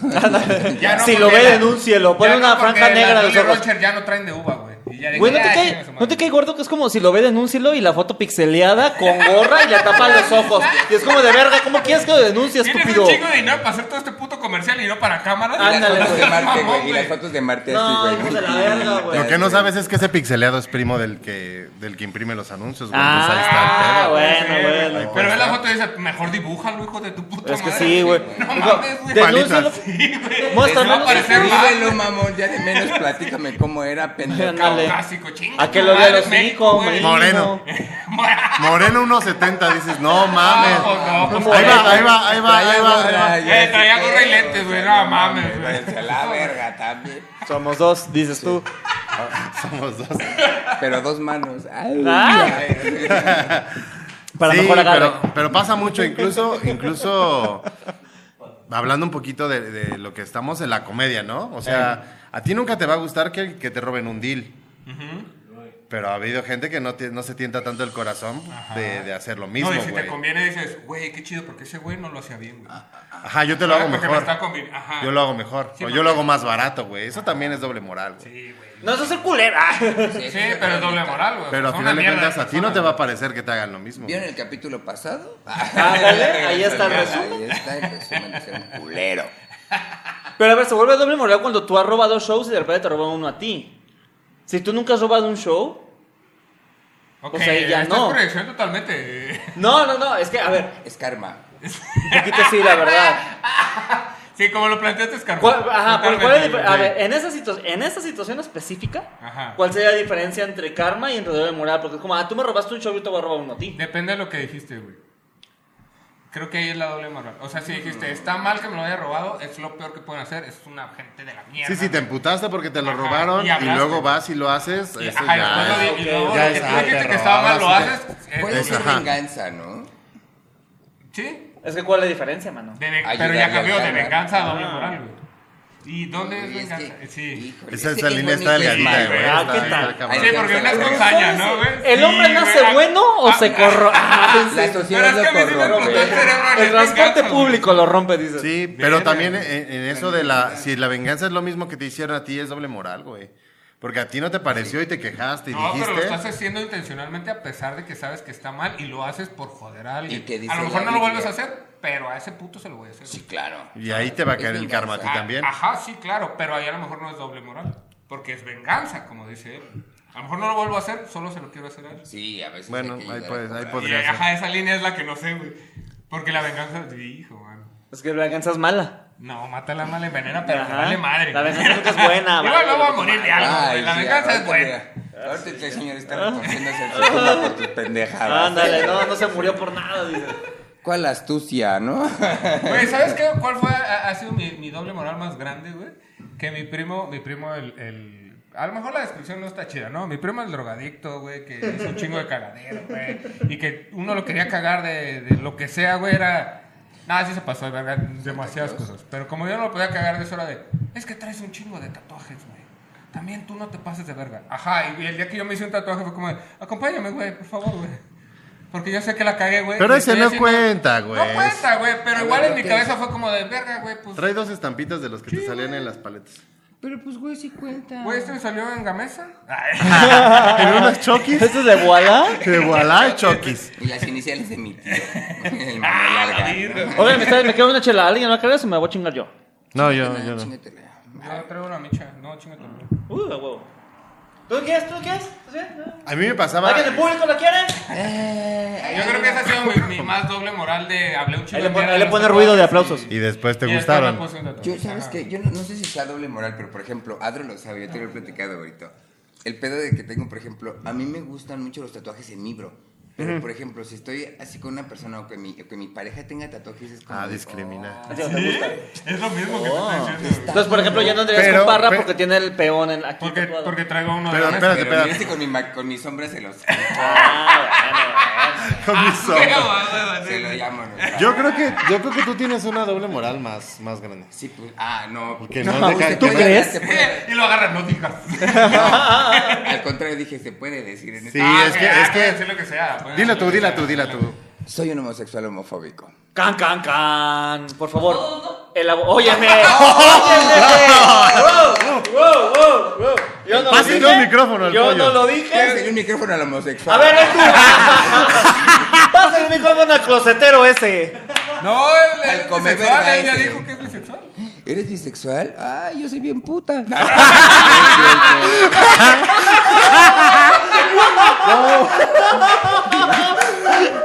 S1: Ya no
S4: Si lo
S1: porque
S4: ve
S1: la-
S4: en un cielo, pone
S1: ya
S4: una
S1: porque
S4: franja negra
S1: las
S4: de los
S1: Jolly
S4: ojos.
S1: Rancher ya no traen de uva, güey. Y ya
S4: Güey, ¿no
S1: dicen,
S4: te,
S1: "Ah,
S4: cae,
S1: chingue su madre".
S4: ¿no te cae gordo que es como si lo ve denúncielo y la foto pixeleada con gorra y le tapan los ojos? Y es como de verga, ¿cómo quieres que lo denuncie,
S1: Tienes
S4: estúpido?
S1: un chingo de dinero para hacer todo este puto comercial y no para cámaras.
S5: Y las
S4: Ándale,
S5: fotos de
S4: güey.
S5: Marte,
S1: Mamón,
S5: güey. Y las fotos de Marte así,
S4: No,
S5: güey.
S4: hijo de la
S5: (laughs)
S4: verga, güey.
S2: Lo que no sabes es que ese pixeleado es primo del que, del que imprime los anuncios, güey.
S4: Ah,
S2: Entonces, ahí está el pedo.
S4: güey.
S1: Sí,
S4: Bueno, pues,
S1: güey.
S2: bueno.
S1: Pero ve la foto y dice, mejor dibújalo, hijo de tu puta
S4: Es que
S1: madre.
S4: sí, güey.
S1: (laughs) No
S4: Digo,
S1: mames, güey.
S4: denúncialo.
S1: Sí, güey.
S4: Muéstrame.
S1: Va a parecer
S5: Escríbelo,
S1: mal.
S5: mamón. Ya de menos platícame cómo era, pendejo.
S4: Ándale.
S1: Caucásico, chinga.
S4: A que
S1: tu
S4: lo vea
S1: madre,
S4: los
S1: México,
S4: cinco,
S1: güey.
S2: Moreno. Moreno 1.70, dices, no
S1: Ah,
S2: mames.
S1: pues no, pues
S2: Ahí va, ahí va, ahí va, ahí va, ahí va.
S5: Trae gorra,
S1: Eh, traía gorra y lentes, güey, no mames, güey.
S5: váyanse a la verga también.
S4: Somos dos, dices tú.
S2: Somos dos.
S5: Pero dos manos. Ay,
S4: Ah.
S5: ay.
S4: Para
S2: Sí,
S4: mejor agarre.
S2: Pero, pero pasa mucho, incluso, incluso hablando un poquito de, de lo que estamos en la comedia, ¿no? O
S1: Eh.
S2: sea, a ti nunca te va a gustar que, que te roben un deal. Pero ha habido gente que no, te- no se tienta tanto el corazón de, de hacer lo mismo,
S1: no, y si
S2: güey.
S1: te conviene dices, güey, qué chido, porque ese güey no lo hacía bien, güey.
S2: Ajá, yo te lo hago
S1: Porque me
S2: mejor.
S1: está conveni- Ajá.
S2: Yo lo hago mejor.
S1: Sí,
S2: o yo
S1: porque-
S2: lo hago más barato, güey. Eso también es doble moral, güey.
S1: Sí, güey.
S4: No, eso es Ah. el culera. (laughs)
S1: Sí, pero es doble moral, güey.
S2: Pero al
S1: Son
S2: final
S1: una
S2: de
S1: mierda
S2: cuentas, a ti no te va
S1: personas,
S2: a parecer que te hagan lo mismo.
S5: ¿Vieron el capítulo pasado?
S4: Ándale, ahí está el resumen.
S5: Ahí está el resumen, es un culero.
S4: Pero a ver, se vuelve doble moral cuando tú has robado shows y de repente te roban uno a ti. Si tú nunca has robado un show,
S1: güey.
S4: O sea,
S1: Ok,
S4: Pues ya
S1: esta
S4: no.
S1: Es proyección totalmente.
S4: No, no, no, es que, a ver,
S5: Es karma.
S4: un poquito sí, la verdad.
S1: Sí, como lo planteaste, es
S4: ¿Cuál- ajá, pero ¿cuál es
S1: Totalmente,
S4: la difer- a
S1: sí.
S4: ver, en esa, situa- en esa situación específica,
S1: Ajá.
S4: ¿cuál sería la diferencia entre karma y entre doble moral? Porque es como, ah, tú me robaste un show, yo te voy a robar uno a ti.
S1: Depende de lo que dijiste, güey. Creo que ahí es la doble moral. O sea, si dijiste, está mal que me lo haya robado, es lo peor que pueden hacer, es una gente de la mierda.
S2: Sí, sí, te emputaste porque te lo
S1: Ajá,
S2: robaron
S1: y
S2: y,
S1: hablaste.
S2: luego vas y lo haces.
S1: Y,
S2: eso
S1: ajá, y
S2: ya
S1: después
S2: es-
S1: lo di- y luego
S2: ya
S1: lo que
S2: es,
S1: tú
S2: ah,
S1: dijiste
S2: te
S1: que estaba mal, lo
S2: robaste.
S1: haces.
S5: Puede
S1: es-
S5: ser
S2: ajá.
S5: venganza, ¿no?
S1: Sí,
S4: Es que, ¿cuál es la diferencia, mano?
S1: de ven-
S5: Ayudar
S1: pero
S5: y
S1: ya cambió de
S5: ayudar.
S1: venganza a doble moral, güey. ¿Y dónde es
S5: Y es
S1: venganza?
S5: que-
S1: Sí.
S5: híjole,
S2: Esa,
S5: ese
S2: esa
S5: es
S2: línea está
S5: bonito y es
S2: delgadita,
S5: malo,
S2: güey.
S4: Ah,
S2: está-
S4: ¿qué
S2: está
S4: tal?
S2: cabrón.
S1: Sí, porque una es
S5: Pero
S1: con
S5: ustedes-
S1: saña, ¿no, güey?
S4: ¿El
S1: Sí,
S4: hombre
S1: güey,
S4: nace
S1: ah,
S4: bueno o se corrompe?
S5: La
S1: Pero
S5: sociedad
S1: es que a mí
S5: lo
S1: sí me explotó el
S5: corrompe.
S1: cerebro. en
S4: El
S1: venganza,
S4: transporte
S1: güey.
S4: público (laughs) lo rompe, dices.
S2: Sí, pero
S1: Verga,
S2: también
S1: güey.
S2: en, en eso de la. Si la venganza es lo mismo que te hicieron a ti, es doble moral, güey. Porque a ti no te pareció y te quejaste y
S1: No, pero lo estás
S2: dijiste.
S1: haciendo intencionalmente a pesar de que sabes que está mal y lo haces por joder a alguien.
S5: Y que dice
S1: a lo
S5: la
S1: mejor no lo
S5: Biblia.
S1: vuelves a hacer, pero a ese puto se lo voy a hacer.
S5: Sí, claro.
S2: Y ahí te va a
S5: Es
S2: caer el
S5: venganza.
S2: karma a ti
S1: Ah,
S2: también.
S1: Ajá, sí, claro, pero ahí a lo mejor no es doble moral, porque es venganza, como dice él. A lo mejor no lo vuelvo a hacer, solo se lo quiero hacer a él.
S5: Sí, a veces.
S2: Bueno,
S5: hay que
S2: ahí
S5: ayudar a
S2: puedes- ahí
S5: comprar.
S1: Y,
S2: podría ser.
S1: ajá, esa línea es la que no sé, güey. Porque la venganza, hijo, mano.
S4: Es que la venganza es mala.
S1: No, mata la mala envenena, pero
S4: Ajá.
S1: me vale madre.
S4: La venganza nunca
S1: (laughs)
S4: es buena,
S1: Yo
S4: vale,
S1: no voy a
S4: lo que
S1: morir de algo, güey. La
S5: sí,
S1: venganza es
S5: ahorita
S1: buena.
S5: mira, Ahorita el señor está
S2: Ah.
S5: retorciéndose el culo por tus pendejadas.
S4: Ándale, no, no se murió por nada, dices.
S5: ¿Cuál astucia, no? (laughs)
S1: Güey, ¿sabes qué? ¿Cuál fue, ha, ha sido mi, mi doble moral más grande, güey? Que mi primo, mi primo, el, el- A lo mejor la descripción no está chida, ¿no? Mi primo el drogadicto, güey, que hizo un chingo de cagadero, güey. Y que uno lo quería cagar de, de lo que sea, güey, era... Nada, sí se pasó de verga, demasiadas cosas. Pero como yo no lo podía cagar de eso, era de... Es que traes un chingo de tatuajes, güey. También tú no te pases de verga. Ajá, y el día que yo me hice un tatuaje fue como de... Acompáñame, güey, por favor, güey. Porque yo sé que la cagué, güey.
S2: Pero
S1: y
S2: ese
S1: estoy
S2: no
S1: haciendo-
S2: cuenta, güey.
S1: No cuenta, güey, pero
S5: A
S1: igual
S5: ver,
S1: en mi
S5: ¿qué?
S1: cabeza fue como de verga, güey, pues.
S2: Trae dos estampitas de los que te salían en
S1: (laughs)
S2: las paletas.
S5: Pero pues, güey, sí cuenta.
S1: Güey, este me salió en Gamesa. (laughs)
S2: en unas choquis.
S4: ¿Esto es (laughs) de Walla?
S2: De voilà, choquis.
S5: Y las iniciales de mi tío. (laughs) El Manuel
S1: Ah,
S5: Algar, ¿no?
S4: Oigan, me, me queda una chela. ¿Alguien va a querer o me voy a chingar yo?
S2: No, yo,
S5: Ah,
S2: yo no.
S5: Chingatela.
S1: Yo traigo una micha, no, chingate.
S4: Uy, Uh, a huevo. ¿Tú quieres? ¿Tú quieres? ¿Sí? ¿No?
S2: A mí me pasaba.
S4: ¿Alguien del público la quiere?
S5: Eh, ay,
S1: Yo creo que esa ha sido mi, mi más doble moral de hablé un chingo
S4: Ahí le
S1: de
S4: pon-
S1: mierda
S4: ahí
S1: de
S4: le
S1: los
S4: pone ruido de
S1: tatuajes
S4: aplausos.
S2: Y después te
S1: y después me
S2: gustaron.
S1: puse un tatuaje.
S5: Yo, ¿sabes
S1: Ajá.
S5: qué? Yo no, no sé si sea doble moral, pero por ejemplo, Adro lo sabe, yo
S2: Ah,
S5: te lo he platicado ahorita. El pedo de que tengo, por ejemplo, a mí me gustan mucho los tatuajes en mi bro. Pero, por ejemplo, si estoy así con una persona o que mi, o que mi pareja tenga tatuajes, es como.
S2: Ah,
S5: de,
S2: discrimina.
S5: oh,
S4: Así no te gusta.
S1: Es lo mismo que te estoy diciendo. güey.
S4: Entonces, por ejemplo, yo no andaría
S2: Pero-
S4: con Parra
S2: pero-
S4: porque tiene el peón en, aquí
S1: Porque,
S4: tatuado.
S1: porque traigo uno
S2: Pero
S1: de
S2: espérate,
S5: pero mira
S2: espérate.
S5: si con, mi ma- con mis hombres
S2: (laughs)
S5: se los.
S4: Ah,
S1: Ah,
S2: Con mis
S1: (laughs)
S2: ojos.
S5: se lo llamo, ¿no?
S2: Yo creo que, yo creo que tú tienes una doble moral más, más grande.
S5: Sí, pues. Ah, no.
S2: Porque
S5: no,
S2: no te
S5: usted
S2: ca-
S4: ¿Tú
S5: puede-
S4: crees?
S5: se puede-
S1: Y lo agarran, no digas.
S5: al contrario, dije, se puede decir en
S2: Sí,
S5: este-
S2: es que-
S1: ah,
S2: es que-
S1: puedes decir lo que sea. pues. puedes
S2: Dila
S1: decir
S2: tú,
S1: lo que
S2: dila
S1: sea.
S2: tú, dila tú.
S5: Ah, Soy un homosexual homofóbico.
S4: Can, can, can. Por favor. El abo- (laughs) Óyeme. Óyeme. Wow, wow, wow, wow. Yo no lo
S2: Pásenle
S4: dije.
S2: un micrófono al
S4: Yo
S2: pollo.
S4: no lo
S5: ¿Quieres
S4: dije.
S5: el micrófono al homosexual?
S4: A ver, (laughs) es tú. Pásale el micrófono al closetero ese.
S1: No, él
S5: Al
S1: es
S5: come
S1: bisexual,
S5: verga
S1: ella
S5: ese.
S1: dijo que es bisexual.
S5: ¿Eres bisexual? Ah, yo soy bien puta.
S2: (laughs)
S5: (laughs)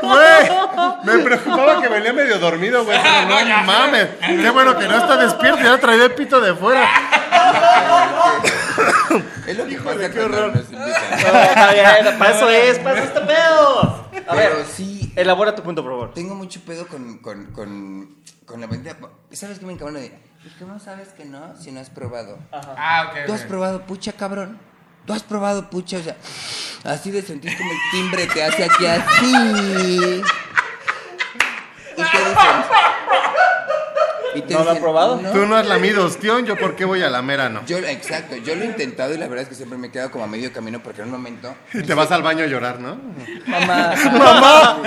S2: Güey, (laughs) me preocupaba que venía medio dormido, güey. Pero
S1: No,
S2: no,
S1: ya.
S2: mames. Qué bueno que no está despierto, ya traía el pito de fuera.
S5: es lo que pasa cuando nos invitan.
S4: Está bien, para eso es, para eso este pedo. A ver,
S5: Pero sí, eh,
S4: Elabora tu punto, por favor.
S5: Tengo mucho pedo con, con, con, con la mentira. ¿Sabes qué me encabrono? De, ¿Y cómo sabes que no si no has probado?
S1: Ah, ok.
S5: ¿Tú has
S1: ok.
S5: probado pucha, cabrón? ¿Tú has probado pucha? O sea, así de sentir como el timbre te hace aquí así. ¿Y qué dicen? Y te
S4: ¿No lo has
S5: dicen,
S4: probado?
S5: "No".
S2: Tú no has lamido ostión, yo por qué voy a lamer ah, ano.
S5: Yo, exacto, yo lo he intentado y la verdad es que siempre me he quedado como a medio camino porque en un momento...
S2: Y te vas al baño a llorar, ¿no?
S4: Mamá.
S2: ¡Mamá!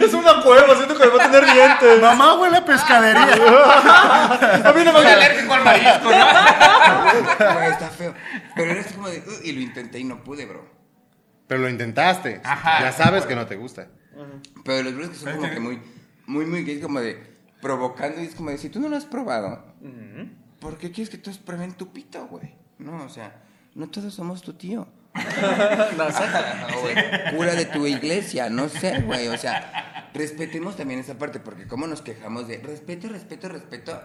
S4: es una cueva, siento que me va a tener dientes.
S2: ¡Mamá huele a pescadería!
S4: A mí no me
S1: Soy alérgico al marisco, ¿no?
S5: Güey, está feo. Pero eres como de... "Uh", y lo intenté y no pude, bro.
S2: Pero lo intentaste.
S1: Ajá.
S2: ya sabes que no te gusta.
S5: Pero los brothers que son como que muy, muy, muy gays, como de provocando. Y es como de, si tú no lo has probado, ¿por qué quieres que todos prueben tu pito, güey? No, o sea, no todos somos tu tío. O el cura de tu iglesia, no sé, güey. O sea, respetemos también esa parte, porque como nos quejamos de respeto, respeto, respeto.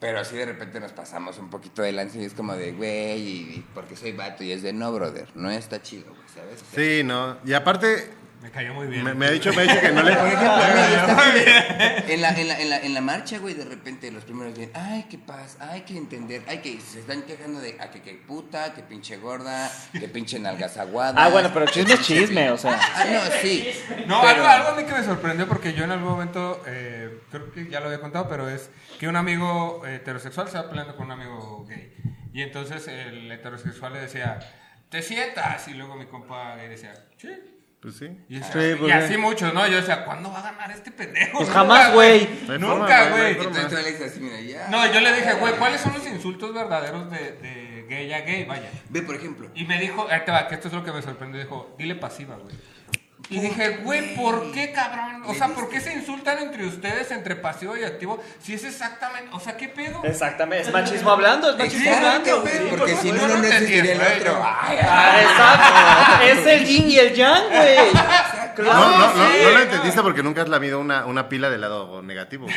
S5: Pero así de repente nos pasamos un poquito de lanza y es como de, güey, y- y porque soy vato y es de no, brother, no está chido, güey, ¿sabes? O sea,
S2: Sí, no. Y aparte,
S1: Me cayó muy bien.
S2: me, me ha dicho, me ha dicho que no le.
S5: Por ejemplo, güey, está- (laughs) en, la, en, la, en, la, en la marcha, güey, de repente los primeros dicen, ay, qué paz, hay que entender, hay que se están quejando de a que, que puta, que pinche gorda, que pinche nalgazaguada.
S4: Ah, bueno, pero chisme es chisme, o sea.
S5: Ah, no, sí.
S1: No,
S5: Pero-
S1: algo, algo a mí que me sorprendió porque yo en algún momento, eh, creo que ya lo había contado, pero es que un amigo eh, heterosexual se va peleando con un amigo gay. Y entonces el heterosexual le decía, te sientas. Y luego mi compa gay decía, sí.
S2: Pues sí.
S1: Y,
S2: Sí,
S1: decía- y
S2: porque-
S1: así muchos, ¿no? Yo decía, ¿cuándo va a ganar este pendejo?
S4: Pues
S1: Nunca,
S4: jamás, güey.
S2: No hay
S1: Nunca,
S2: forma, güey, no hay
S1: güey.
S2: forma.
S5: Entonces tú le dices así, mira, ya.
S1: No, yo le dije, güey, ¿cuáles son los insultos verdaderos de, de gay a gay? Vaya.
S5: Ve, por ejemplo.
S1: Y me dijo, ahí te va, que esto es lo que me sorprendió, dijo, dile pasiva, güey. Y dije, güey, ¿por qué, cabrón? O sea, ¿por qué se insultan entre ustedes, entre pasivo y activo? Si es exactamente, o sea, ¿qué pedo?
S4: Exactamente, es machismo hablando, es machismo
S5: Exacto,
S4: hablando.
S5: güey,
S4: sí,
S5: porque
S4: por
S5: si no
S1: yo
S5: un
S1: no
S5: hombre
S1: entendí
S5: existiría el
S1: eso,
S5: otro.
S1: ¿eh?
S5: Ay,
S4: Ah, (laughs) exacto. Es el yin y el yang, güey.
S2: No,
S4: Claro, (laughs)
S2: no, no,
S4: sí.
S2: no lo entendiste porque nunca has lamido una, una pila del lado negativo. güey.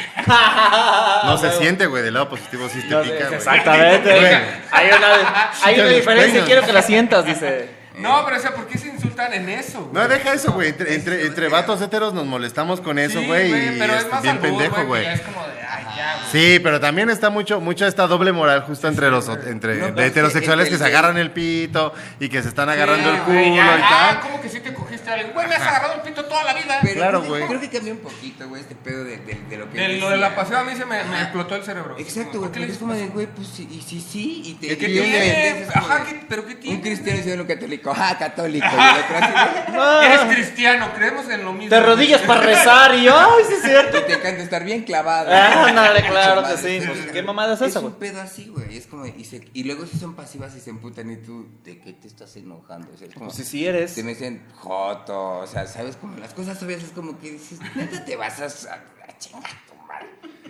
S2: No se siente, güey, del lado positivo sí te
S4: Ah, No,
S2: pica, güey.
S4: Exactamente.
S2: Güey.
S4: Hay una, hay una
S2: Te
S4: diferencia,
S2: despeñas.
S4: quiero que la sientas, dice.
S1: No, pero o sea, ¿por qué se insultan en eso, güey?
S2: No, deja eso, güey. Entre, entre, entre vatos héteros nos molestamos con eso,
S1: Sí,
S2: güey. y
S1: pero es
S2: este,
S1: más
S2: bien
S1: albur,
S2: pendejo,
S1: que
S2: güey.
S1: ya Es como de, ay, ya, güey.
S2: Sí, pero también está mucho, mucha esta doble moral justo entre los entre
S5: No,
S2: de
S5: pero es
S2: heterosexuales
S5: que
S2: que se
S5: el-
S2: agarran el pito y que se están agarrando el
S1: Sí,
S2: culo
S1: güey,
S2: y
S1: ya,
S2: tal.
S1: Ah, ¿cómo que sí te cogiste a alguien? Güey, me has agarrado el pito toda la vida.
S5: Pero
S2: Claro,
S5: creo que-
S2: güey.
S5: Creo que cambió un poquito, güey, este pedo de, de, de lo que.
S1: De lo
S5: decía.
S1: de la pasión a mí se me, me explotó el cerebro.
S5: Exacto,
S1: ¿Por
S5: güey.
S1: qué le
S5: porque Es como de, güey, pues sí, y sí, sí, y te.
S1: ¿Qué
S5: y
S1: tiene?
S5: un pendejo es como
S1: Ajá,
S5: de-
S1: ¿qué- pero qué tiene?
S5: Un cristiano diciendo un católico, ajá, católico. Y el otro así, güey.
S4: (laughs)
S1: Eres cristiano, creemos en lo mismo.
S4: De rodillas
S1: (laughs)
S4: para rezar y ay, sí es cierto.
S5: Y te encanta estar bien clavado.
S4: Ah,
S5: güey.
S4: ándale,
S5: Pinche
S4: claro
S5: madre,
S4: que sí.
S5: pero,
S4: Pues,
S5: güey,
S4: ¿qué mamada es esa,
S5: Es un
S4: güey?
S5: pedo así, güey. Es como, y, se- y luego si son pasivas y se emputan y tú, ¿de qué te estás enojando? O sea, es como,
S4: Pues sí, sí eres.
S5: Te me dicen joto, o sea, ¿sabes? Como las cosas obvias es como que dices, neta te vas a, a, a chingar a tu madre.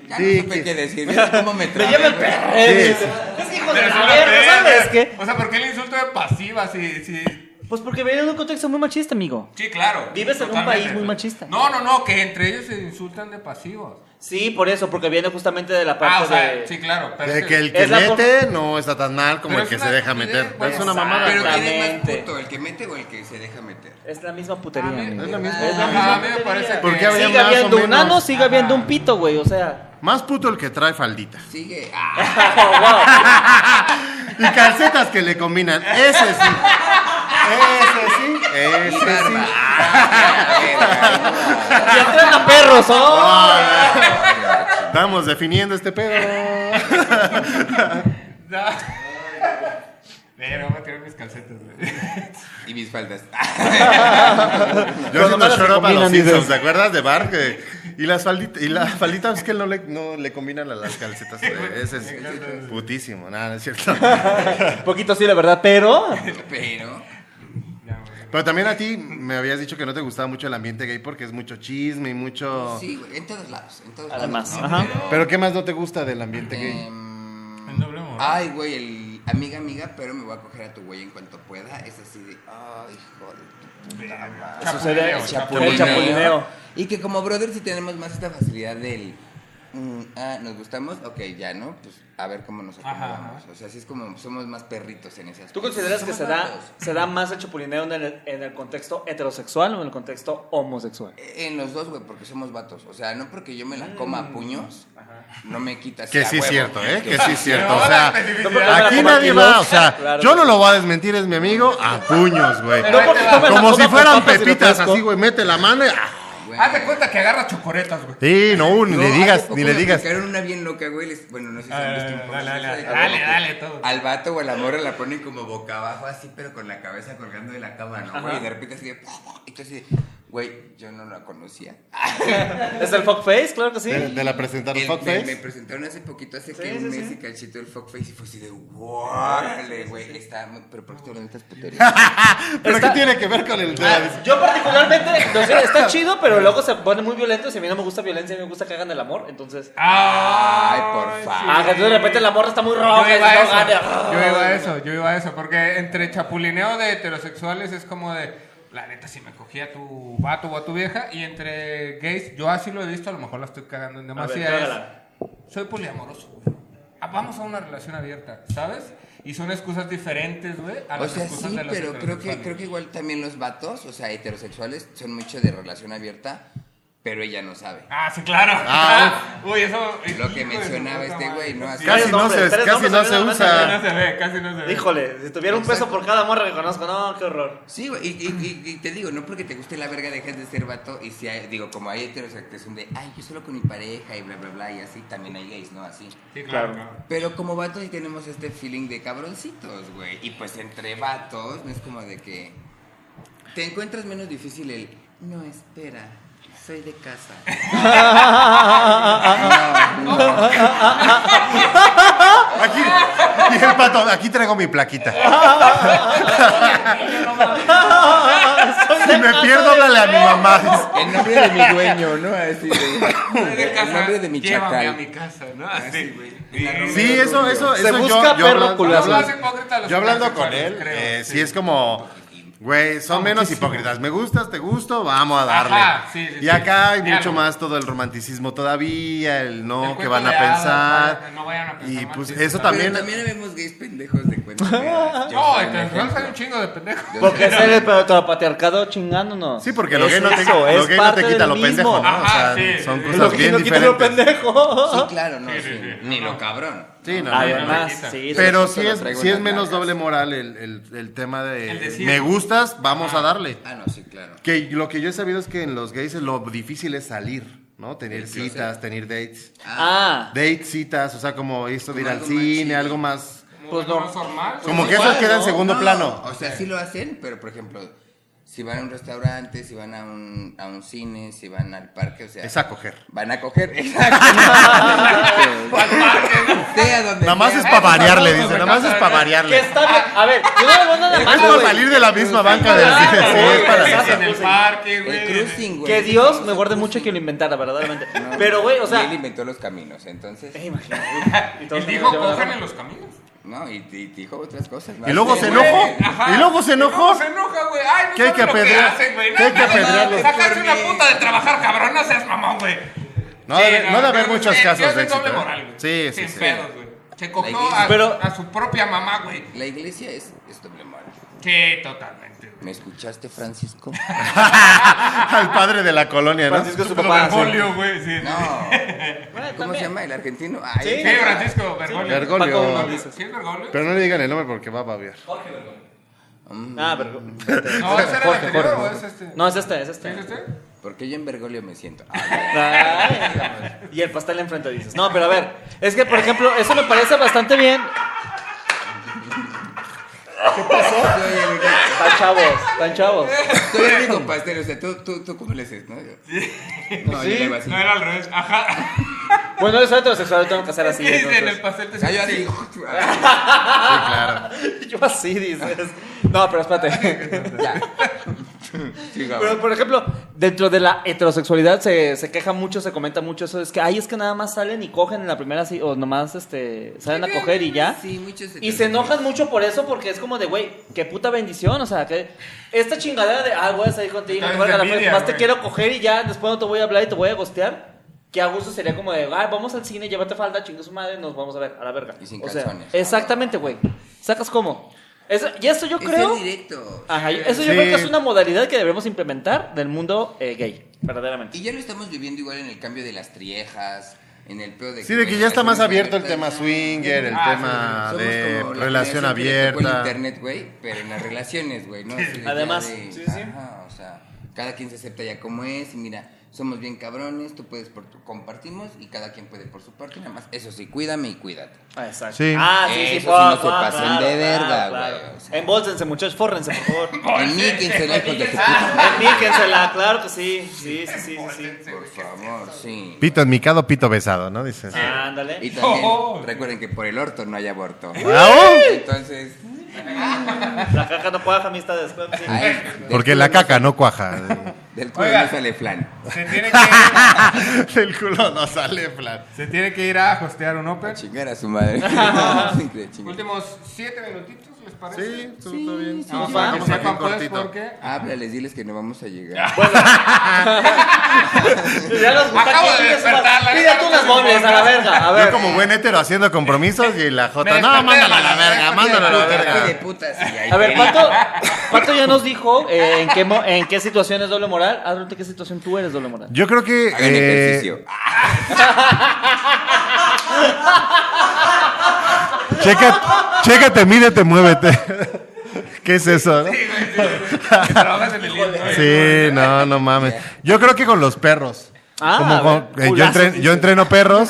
S5: Ya
S2: Sí,
S5: no supe
S2: que-
S5: qué
S4: (laughs)
S5: decir, mira cómo me
S4: Me
S5: trae.
S4: lleva el perro.
S2: Sí.
S4: Es hijo de
S1: Pero sí
S4: la
S1: lo
S4: verga,
S1: creo,
S4: ¿sabes
S1: o sea,
S4: qué?
S1: O sea, ¿por qué el insulto de pasiva? Si, si
S4: Pues porque viene en un contexto muy machista, amigo.
S1: Sí, claro.
S4: Vives en un
S1: Totalmente.
S4: país muy machista.
S1: No, no, no, que entre ellos se insultan de pasivos.
S4: Sí, por eso, porque viene justamente de la parte
S1: ah, o sea,
S4: de.
S1: sí, claro. Pero
S2: De
S1: es
S2: que el que
S4: Es la
S2: mete no está tan mal como
S1: Pero
S2: el
S1: es
S2: que se
S1: una
S2: deja
S1: estupidez,
S2: meter.
S1: güey.
S2: es una
S4: Exacto.
S2: mamada.
S5: Pero
S2: güey.
S5: ¿quién es más
S4: Exactamente.
S5: puto? ¿El que mete o el que se deja meter?
S4: Es la misma
S1: A
S4: putería,
S1: mí-
S4: amigo.
S2: Es la misma-
S4: Es la
S1: Ajá, a
S4: misma
S1: mí me
S4: putería.
S1: parece que-
S2: ¿Por qué habría
S4: Sigue
S2: más
S4: habiendo
S2: o
S4: un ano,
S2: menos?
S4: sigue habiendo un pito, güey, o sea. (laughs)
S2: Más puto el que trae faldita.
S5: Sigue. Ah,
S2: Y calcetas que le combinan. Ese
S1: (laughs)
S2: sí. Ese sí.
S5: y
S2: Ese sí.
S5: barba. Ah,
S4: Y entrena perros, ¿oh?
S2: Estamos definiendo este pedo.
S1: (laughs) No. Mira, voy a tirar mis calcetas, güey.
S5: y mis faldas.
S2: Yo haciendo
S4: malas se
S2: short up a los
S4: combinan,
S2: Simpsons,
S4: dices.
S2: ¿te acuerdas de Bart? Que- y las falditas, y las falditas es que no le, no le combinan a las calcetas. güey. Ese es putísimo, nada, no es cierto.
S4: Poquito sí, la verdad, pero.
S5: (laughs) Pero.
S1: Ya, güey.
S2: Pero también a ti me habías dicho que no te gustaba mucho el ambiente gay porque es mucho chisme y mucho.
S5: Sí, güey, en todos lados. En todos
S4: Además,
S5: lados, ¿no?
S4: ajá.
S2: Pero ¿qué más no te gusta del ambiente gay?
S5: Em,
S1: (laughs) En doble moral.
S5: Ay, güey, el amiga, amiga, pero me voy a coger a tu güey en cuanto pueda. Es así de, ay, hijo de tu puta madre.
S4: Sucede
S5: El
S4: el chapulineo.
S5: Y que como brothers sí tenemos más esta facilidad del. mm, ah, ¿nos gustamos? Ok, ya, ¿no? Pues a ver cómo nos
S1: Ajá,
S5: acomodamos. O sea, así es como somos más perritos en esas
S4: ¿Tú consideras que se da, se da más el chupulineo en el, en el contexto heterosexual o en el contexto homosexual?
S5: E, En los dos, güey, porque somos vatos. O sea, no porque yo me la coma a puños, no me quitas.
S2: Mm. Que sí es cierto, ¿eh? Que sí es cierto.
S1: No,
S2: O sea,
S1: la especificidad.
S4: No, porque me la
S2: aquí
S4: coma
S2: nadie
S4: kilos.
S2: va, o sea,
S4: Claro.
S2: yo no lo voy a desmentir, es mi amigo, a puños, güey.
S1: No, porque tú me la
S2: Como si fueran pepitas, así, güey, mete la mano y... ah.
S1: Hazte cuenta que agarra chocoretas, güey.
S2: Sí, no, ni le digas, ni le digas.
S5: Me una bien loca, güey. les- Bueno, no sé si
S1: Ah,
S5: han visto un
S1: dale,
S5: poco,
S1: dale,
S5: ¿sabes?
S1: dale,
S5: Como
S1: dale,
S5: que
S1: todo.
S5: Al vato o a la morra la ponen como boca abajo, así, pero con la cabeza colgando de la cama, ¿no, güey? Y de repente así de. Y tú así de, güey, yo no la conocía.
S4: ¿Es el fuckface? Claro que sí.
S2: De, de la presentaron
S5: El- me, me
S2: Fuckface.
S5: presentaron hace poquito, hace
S4: Sí,
S5: que
S4: sí,
S5: un mes
S4: sí.
S5: y cachito el fuckface y fue así de, ¡guárale, güey! Está muy- Pero ¿por qué estoy hablando de
S1: (laughs)
S5: estas puterías?
S2: ¿Pero qué
S4: Está-
S2: tiene que ver con el de la
S4: Ah, Yo particularmente, no sé, está chido, pero luego se pone muy violento. Si a mí no me gusta violencia, a mí me gusta que hagan el amor, entonces...
S1: Ay,
S5: por favor.
S4: Ah, que entonces de repente la morra está muy
S1: Yo
S4: roja y
S1: iba, a
S4: se
S1: eso,
S4: ahoga.
S1: yo iba a eso, yo iba a eso, porque entre chapulineo de heterosexuales es como de, la neta, si me cogía a tu vato o a tu vieja, y entre gays, yo así lo he visto, a lo mejor la estoy cagando en
S4: A ver,
S1: demasía. es,
S4: trágala.
S1: soy poliamoroso, güey. Ah, Vamos a una relación abierta, ¿sabes? Y son excusas diferentes, güey, a
S5: O
S1: las
S5: sea,
S1: excusas
S5: sí,
S1: de los
S5: pero creo que,
S1: heterosexuales.
S5: creo que igual también los vatos, o sea, heterosexuales, son mucho de relación abierta, pero ella no sabe.
S1: Ah, sí, claro.
S2: Ah.
S1: (laughs) Uy, eso...
S5: Lo que
S1: hijo de su
S5: mencionaba
S1: puta
S5: este
S1: madre.
S5: güey, ¿no? Así-
S2: Casi
S4: Tres
S2: no se,
S4: nombres, tres
S2: casi
S4: nombres
S2: no
S4: en
S2: se
S4: una
S1: Casi
S2: usa.
S1: no se ve, casi no se ve.
S4: Híjole, si tuviera un peso por cada morra que conozco, no, qué horror.
S5: Sí, güey, y, y- y- y te digo, no porque te guste la verga dejes de ser vato y si hay, digo, como hay heterosexuales que son de, ay, yo solo con mi pareja y bla, bla, bla, y así, también hay gays, ¿no? Así.
S1: Sí, claro.
S4: Claro.
S1: claro.
S5: Pero como vatos sí tenemos este feeling de cabroncitos, güey. Y pues entre vatos, no es como de que te encuentras menos difícil el, no, espera, soy de (laughs) casa. No, no.
S2: Aquí, y el pato, aquí traigo mi
S4: (laughs)
S2: plaquita. Si me pierdo, háblale a mi
S4: (laughs)
S2: mamá.
S5: El nombre de mi dueño, ¿no? Así
S1: Soy
S5: de.
S1: de
S5: El
S1: casa,
S5: nombre de mi
S1: llévame a mi
S5: chacal.
S1: casa, ¿no?
S5: Así,
S1: Así,
S5: güey.
S1: güey.
S5: En la Romeo
S2: Sí, eso, eso,
S4: Se
S2: eso. yo-
S4: busca
S2: yo,
S4: perro
S2: hablando-
S4: culazo.
S2: yo
S1: Más
S2: hablando,
S1: hipócrita los
S2: yo hablando con
S1: homosexuales,
S2: él,
S1: creo,
S2: eh, sí.
S1: sí.
S2: es como, güey, son menos hipócritas. Me gustas, te gusto, vamos a darle.
S1: Ajá, sí, sí,
S2: y acá hay
S1: sí.
S2: mucho
S1: Claro.
S2: más todo el romanticismo todavía, el
S1: El
S2: no que
S1: cuento
S2: van a
S1: de hadas,
S2: pensar.
S1: vaya, no vayan a pensar
S2: y
S1: mal,
S2: pues
S1: sí,
S2: eso
S1: claro.
S5: También,
S2: también.
S5: también vemos gays pendejos de cuenta. (laughs)
S1: No, en transvasa hay un chingo de pendejos.
S4: Porque es el patriarcado chingándonos.
S2: Sí, porque lo
S4: Es
S2: gay no te,
S4: eso,
S2: lo
S4: es
S2: gay no te
S4: parte
S2: quita
S4: del
S2: lo
S4: mismo.
S2: pendejo, ¿no?
S1: Ajá,
S2: o sea,
S1: sí,
S2: son
S1: sí.
S4: Lo
S2: cosas
S4: que
S2: bien
S4: no quita lo
S2: diferentes.
S4: pendejo.
S5: Sí, claro, no.
S1: Sí, sí,
S5: sí.
S1: sí.
S5: Ni
S1: No,
S5: lo
S1: no.
S5: cabrón.
S2: Sí, no, no, no.
S4: Además,
S1: no, no.
S4: sí.
S2: Pero
S5: Eso
S2: sí
S5: lo
S2: es,
S5: traigo
S2: sí
S5: en
S2: es
S5: las
S2: menos
S5: nalgas.
S2: doble moral el, el- el tema de
S1: El decir.
S2: me gustas, vamos a darle.
S5: Ah, no, sí, claro.
S2: Que lo que yo he sabido es que en los gays lo difícil es salir, ¿no? Tener
S5: El closet.
S2: citas, tener dates.
S4: Ah,
S2: Dates, citas, o sea, como esto de ir
S5: Como
S2: al
S5: algo más
S2: cine,
S5: chido.
S2: algo más...
S1: Pues
S4: Pues no.
S1: no. normal. güey.
S2: Como que eso
S5: Igual,
S2: queda en
S5: ¿no?
S2: segundo
S5: No,
S2: plano.
S5: O sea, sí lo hacen, pero por ejemplo, si van a un restaurante, si van a un, a un cine, si van al parque, o sea.
S2: Es acoger.
S5: Van a coger, (laughs) exacto. sea donde
S2: Nada más
S5: sea.
S2: es para variarle, dice.
S1: güey,
S2: Nada más es
S1: no,
S2: para
S1: no,
S4: que
S2: variarle. Es
S4: está bien. A ver, yo no le mando nada más,
S2: para
S4: güey.
S2: salir de la misma banca del
S4: Claro,
S2: cine. Sí, es
S4: güey,
S2: para...
S4: exacto.
S1: En
S2: (laughs)
S1: el parque, güey.
S5: El cruising, güey.
S4: Que Dios me guarde mucho que lo inventara, verdaderamente.
S5: No,
S4: Pero, güey, o sea...
S5: Y él inventó los caminos, entonces.
S4: Eh, imagínate. Y todos
S1: Él dijo,
S4: nos llevan a-
S1: cojan en los caminos.
S5: No, y, y dijo otras cosas. ¿no?
S2: Y luego
S5: Sí,
S2: se
S5: güey.
S2: enojó.
S1: Ajá.
S2: Y luego se enojó.
S1: se enoja, güey. Ay, no
S2: ¿Qué hay
S1: saben
S2: que
S1: lo
S2: apedrear?
S1: hacen, güey.
S2: ¿Qué hay que
S1: No, no, no,
S2: apedrearlo?
S1: Sacarse una puta de trabajar, cabrón. No seas mamón, güey.
S2: No debe- no debe haber
S1: pero
S2: muchos
S1: es-
S2: casos
S1: es
S2: de
S1: doble
S2: éxito, ¿eh?
S1: moral, güey.
S2: Sí, sí,
S1: Sin
S2: sí.
S1: pedos, güey. Se cogió
S5: iglesia-
S1: a,
S4: Pero-
S1: a su propia mamá, güey.
S5: La iglesia es, es doble moral.
S1: Sí, totalmente, güey.
S5: ¿Me
S1: (laughs)
S5: escuchaste, Francisco?
S2: Al padre de la colonia, ¿no?
S4: Francisco es su
S2: Ah,
S4: papá. sí.
S1: Bergoglio, güey, sí.
S5: No.
S4: Bueno,
S5: ¿Cómo
S4: también.
S5: se llama el argentino? Ay,
S4: Sí.
S1: Sí, Francisco, Bergoglio.
S2: Bergoglio.
S4: Paco Bergoglio.
S1: ¿Sí es Bergoglio?
S2: Pero no le digan el nombre porque va a babear.
S1: Mm.
S4: Ah, pero...
S1: No, ¿ese era el
S4: Jorge,
S1: anterior o
S4: Jorge.
S1: es este?
S4: No, es este, es
S1: ¿Sí es
S4: este.
S1: este?
S5: Porque yo en Bergoglio me siento.
S4: Ah,
S5: Ay,
S4: Ay. Y el pastel enfrente dices. No, pero a ver, es que por ejemplo, eso me parece bastante bien.
S5: soy
S4: (laughs)
S5: el único-
S4: Tan chavos, tan chavos.
S5: soy el único pastel, o sea, tú, tú, tú cómo le haces, ¿no? Yo- No, yo le hago así.
S1: No era al revés. Ajá.
S4: Bueno, yo soy heterosexual, yo tengo que hacer
S1: (laughs)
S4: así.
S1: Sí, en el
S4: entonces.
S1: pastel te
S5: O sea, yo así.
S1: Sí.
S2: Sí, claro.
S4: Yo así dices. No, pero espérate.
S5: (laughs) Sí,
S4: Pero,
S5: cabrón.
S4: por ejemplo, dentro de la heterosexualidad se, se queja mucho, se comenta mucho eso. Es que, ay, es que nada más salen y cogen en la primera, ci- o nomás este, salen a coger y ya.
S5: Sí, muchos
S4: Y se enojan mucho por eso, porque es como de, güey, qué puta bendición. O sea, que esta chingadera de, ah, voy a salir contigo,
S1: Entonces,
S4: te valga la
S1: envidia,
S4: madre, nomás te
S1: güey.
S4: quiero coger y ya, después no te voy a hablar y te voy a gostear. Que a gusto sería como de, ah, vamos al cine, llévate falda, chingue su madre, nos vamos a ver, a la verga.
S5: Y sin
S4: o sea,
S5: calzones.
S4: exactamente, güey. ¿Sacas cómo? Eso, y eso yo
S5: Es
S4: creo. Ah.
S5: el directo.
S4: Ajá, y eso yo
S2: Sí.
S4: creo que es una modalidad que deberíamos implementar del mundo eh, gay, verdaderamente.
S5: Y ya lo estamos viviendo igual en el cambio de las triejas, en el pedo de...
S2: Sí, de que ya está más
S5: somos
S2: abierto el
S5: abiertos,
S2: tema
S5: ya.
S2: swinger, el
S1: Ah,
S2: tema
S5: Somos
S2: de
S5: como la
S2: relación
S5: generación que le tocó el
S2: abierta.
S5: internet, güey, pero en las relaciones, güey, ¿no? Así de ya
S4: Además.
S5: de-
S4: Sí, sí.
S5: ajá, o sea, cada quien se acepta ya como es y mira, somos bien cabrones, tú puedes por tu... Compartimos y cada quien puede por su parte, nada más. Eso sí, cuídame y
S4: (laughs)
S5: cuídate.
S4: Ah, exacto.
S2: Sí.
S4: Ah, sí, sí,
S5: Eso sí
S4: por
S5: no se
S4: favor,
S5: pasen
S4: claro,
S5: de
S4: claro,
S5: verga,
S4: claro.
S5: güey, o sea.
S4: Embólsense, muchachos, fórrense, por favor. (laughs)
S5: En Níquensela, hijos de su
S4: Ah.
S5: puta.
S4: Enmíquensela, claro que sí. Sí, sí, sí, sí, (laughs) sí.
S5: Por favor, sí.
S2: Pito enmicado, pito besado, ¿no? Dices.
S4: Ándale.
S5: Y también,
S1: Oh.
S5: recuerden que por el orto no
S4: (laughs)
S5: hay aborto.
S2: ¡Ah, oh!
S5: Entonces,
S4: La caja no puede amistad después. Sí.
S5: ay, del
S2: Porque
S5: culo
S2: la
S5: no
S2: caca no cuaja.
S5: sale- Del culo
S1: Oiga.
S5: no sale flan.
S1: Se
S2: (laughs)
S1: tiene que,
S2: Del culo no sale, Flan.
S1: se tiene que ir a hostear un
S5: A
S1: open.
S5: chingar a
S4: (laughs)
S5: su madre. (laughs) De chingar.
S1: Últimos siete minutitos, ¿les parece?
S2: Sí, estuvo todo bien.
S1: Vamos
S4: va.
S1: a
S2: Vamos
S1: vamos
S2: a
S1: a
S2: bien
S1: pues
S2: cortito.
S1: porque...
S5: Háblales, diles que no vamos
S4: (laughs)
S5: a llegar.
S1: (laughs)
S4: Ya los
S1: Acabo de
S4: taquillos,
S1: despertar, la
S4: Pide
S1: neta,
S4: tú
S1: no
S4: las
S1: sé
S4: mobles,
S1: cómo
S4: a la
S1: hablar.
S4: verga. A
S2: Yo
S4: ver.
S2: como buen hétero haciendo compromisos y la Jota,
S1: Me
S2: no,
S1: desperté
S2: mándala a la
S1: de la
S2: verga,
S1: siesta,
S2: mándala a la
S5: Hijo de
S2: verga.
S5: putas. y ahí
S4: A ver,
S5: te-
S4: Pato, Pato ya nos dijo eh, en, qué mo- en qué situación es doble moral. Adrián, ¿de qué situación tú eres doble moral?
S2: Yo creo que...
S5: Hagan
S2: eh,
S5: ejercicio.
S2: (laughs) checa, chécate, mídete, muévete. (laughs) ¿Qué es eso? no? (laughs)
S1: Que trabajas en el lienzo,
S2: Sí, no, no mames. Yo creo que con los perros.
S4: Ah,
S2: Como
S4: a ver,
S2: con- eh, yo,
S4: culazos,
S2: entren-
S4: dice.
S2: yo entreno perros,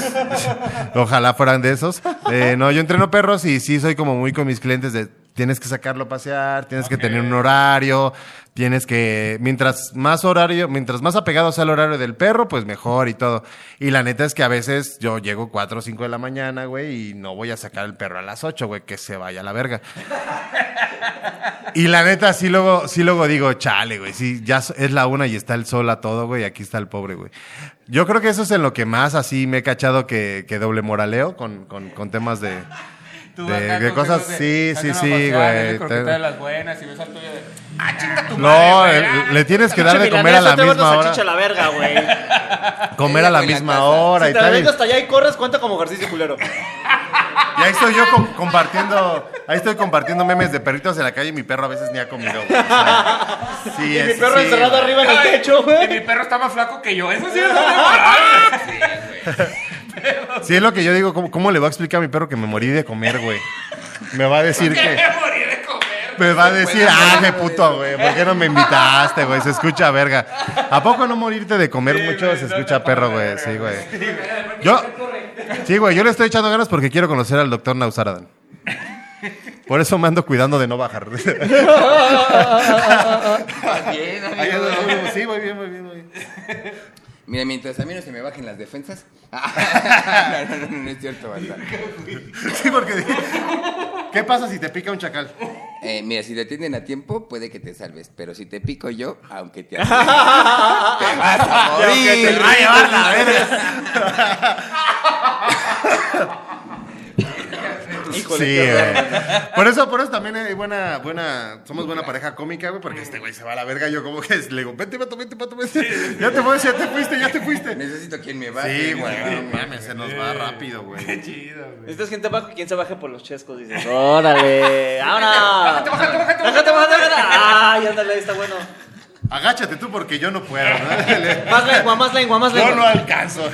S2: (laughs) ojalá fueran de esos. Eh, no, yo entreno perros y sí soy como muy con mis clientes de tienes que sacarlo a pasear, tienes que tener un horario, tienes que, mientras más horario, mientras más apegado sea al horario del perro, pues mejor y todo. Y la neta es que a veces yo llego 4 o 5 de la mañana, güey, y no voy a sacar al perro a las 8, güey, que se vaya a la verga. Y la neta, sí luego, sí luego digo, chale, güey. Sí, ya so- es la una y está el sol a todo, güey. Aquí está el pobre, güey. Yo creo que eso es en lo que más así me he cachado que, que doble moraleo con, con, con temas de.
S1: Tú
S2: de-
S1: acá
S2: de
S1: con
S2: cosas-
S1: temas
S2: sí,
S1: de- sacan
S2: sí,
S1: a
S2: sí,
S1: pasear,
S2: güey,
S1: de croquetas
S2: te-
S1: de las buenas y ves al tuyo de... ¡Ah, chinga tu
S2: No, eh,
S1: madre, güey! ah".
S2: le, le tienes que dar de
S4: ah, Pinche
S2: comer a la
S4: milanesa, este te vas
S2: misma
S4: salchicha
S2: hora.
S4: a la
S2: (laughs)
S4: verga, güey.
S2: Comer a la
S5: en la
S2: misma
S5: casa.
S2: hora
S4: Si
S2: y
S4: te la
S2: tal.
S4: vengo hasta allá y corres, cuenta como ejercicio culero.
S2: Y ahí estoy yo com- compartiendo. Ahí estoy compartiendo memes de perritos en la calle y mi perro a veces ni ha comido, güey. O sea, sí,
S4: (laughs) Y mi
S2: es-
S4: perro
S2: sí,
S4: encerrado
S2: güey.
S4: arriba en el
S1: Ay,
S4: techo,
S1: y mi
S4: güey.
S1: perro está más flaco que yo. Eso sí es
S2: (laughs)
S1: doble moral.
S2: Sí, es lo que yo digo. ¿Cómo, cómo le voy a explicar a mi perro que me morí de comer, güey? Me va a decir que.
S1: Me morí de comer.
S2: Me va a decir, ah, qué puto, güey, ¿por qué no me invitaste, güey? Se escucha verga. ¿A poco no morirte de comer
S1: Sí,
S2: mucho
S1: güey,
S2: se
S1: no te
S2: escucha perro,
S1: pases de
S2: güey? Sí,
S1: verga,
S2: güey. Yo, sí, güey, yo le estoy echando ganas porque quiero conocer al doctor Nausaradan. Por eso me ando cuidando de no (laughs) bajar.
S5: Bien, amigo.
S2: Sí, muy bien, muy bien, muy bien.
S5: Mira, mientras a mí no se me bajen las defensas.
S2: (laughs)
S5: (laughs) Ah, No, no, no, no es cierto, banda.
S2: Sí, porque dije, ¿qué pasa si te pica un chacal?
S5: Eh, mira, si te atienden a tiempo, puede que te salves. Pero si te pico yo,
S4: (laughs)
S5: aunque te atiendan, te vas a
S2: Y aunque
S5: morir.
S2: te va a llevar la verga.
S4: Híjole,
S2: sí,
S4: qué horror.
S2: güey. Por eso, por eso también hay buena, buena, somos buena pareja cómica, güey, porque este güey se va a la verga, yo como que (laughs) le digo, vente, pato, vente, pato, vete. Ya te fuiste, ya te fuiste, ya te fuiste.
S5: Necesito quien me baje.
S2: Sí, güey,
S5: no
S2: no mames, se nos va rápido, güey.
S1: Qué chido, güey.
S4: Necesitas gente abajo quien se baje por los chescos,
S2: (laughs)
S4: dices. ¡Órale! ¡Ahora! ¡Bájate, bájate, bájate! ¡Bájate, bájate! ¡Ay, ándale! Está bueno.
S2: Agáchate tú porque yo no puedo, ¿no?
S4: Más lengua, más lengua, más
S2: Yo no
S4: lengua.
S2: alcanzo.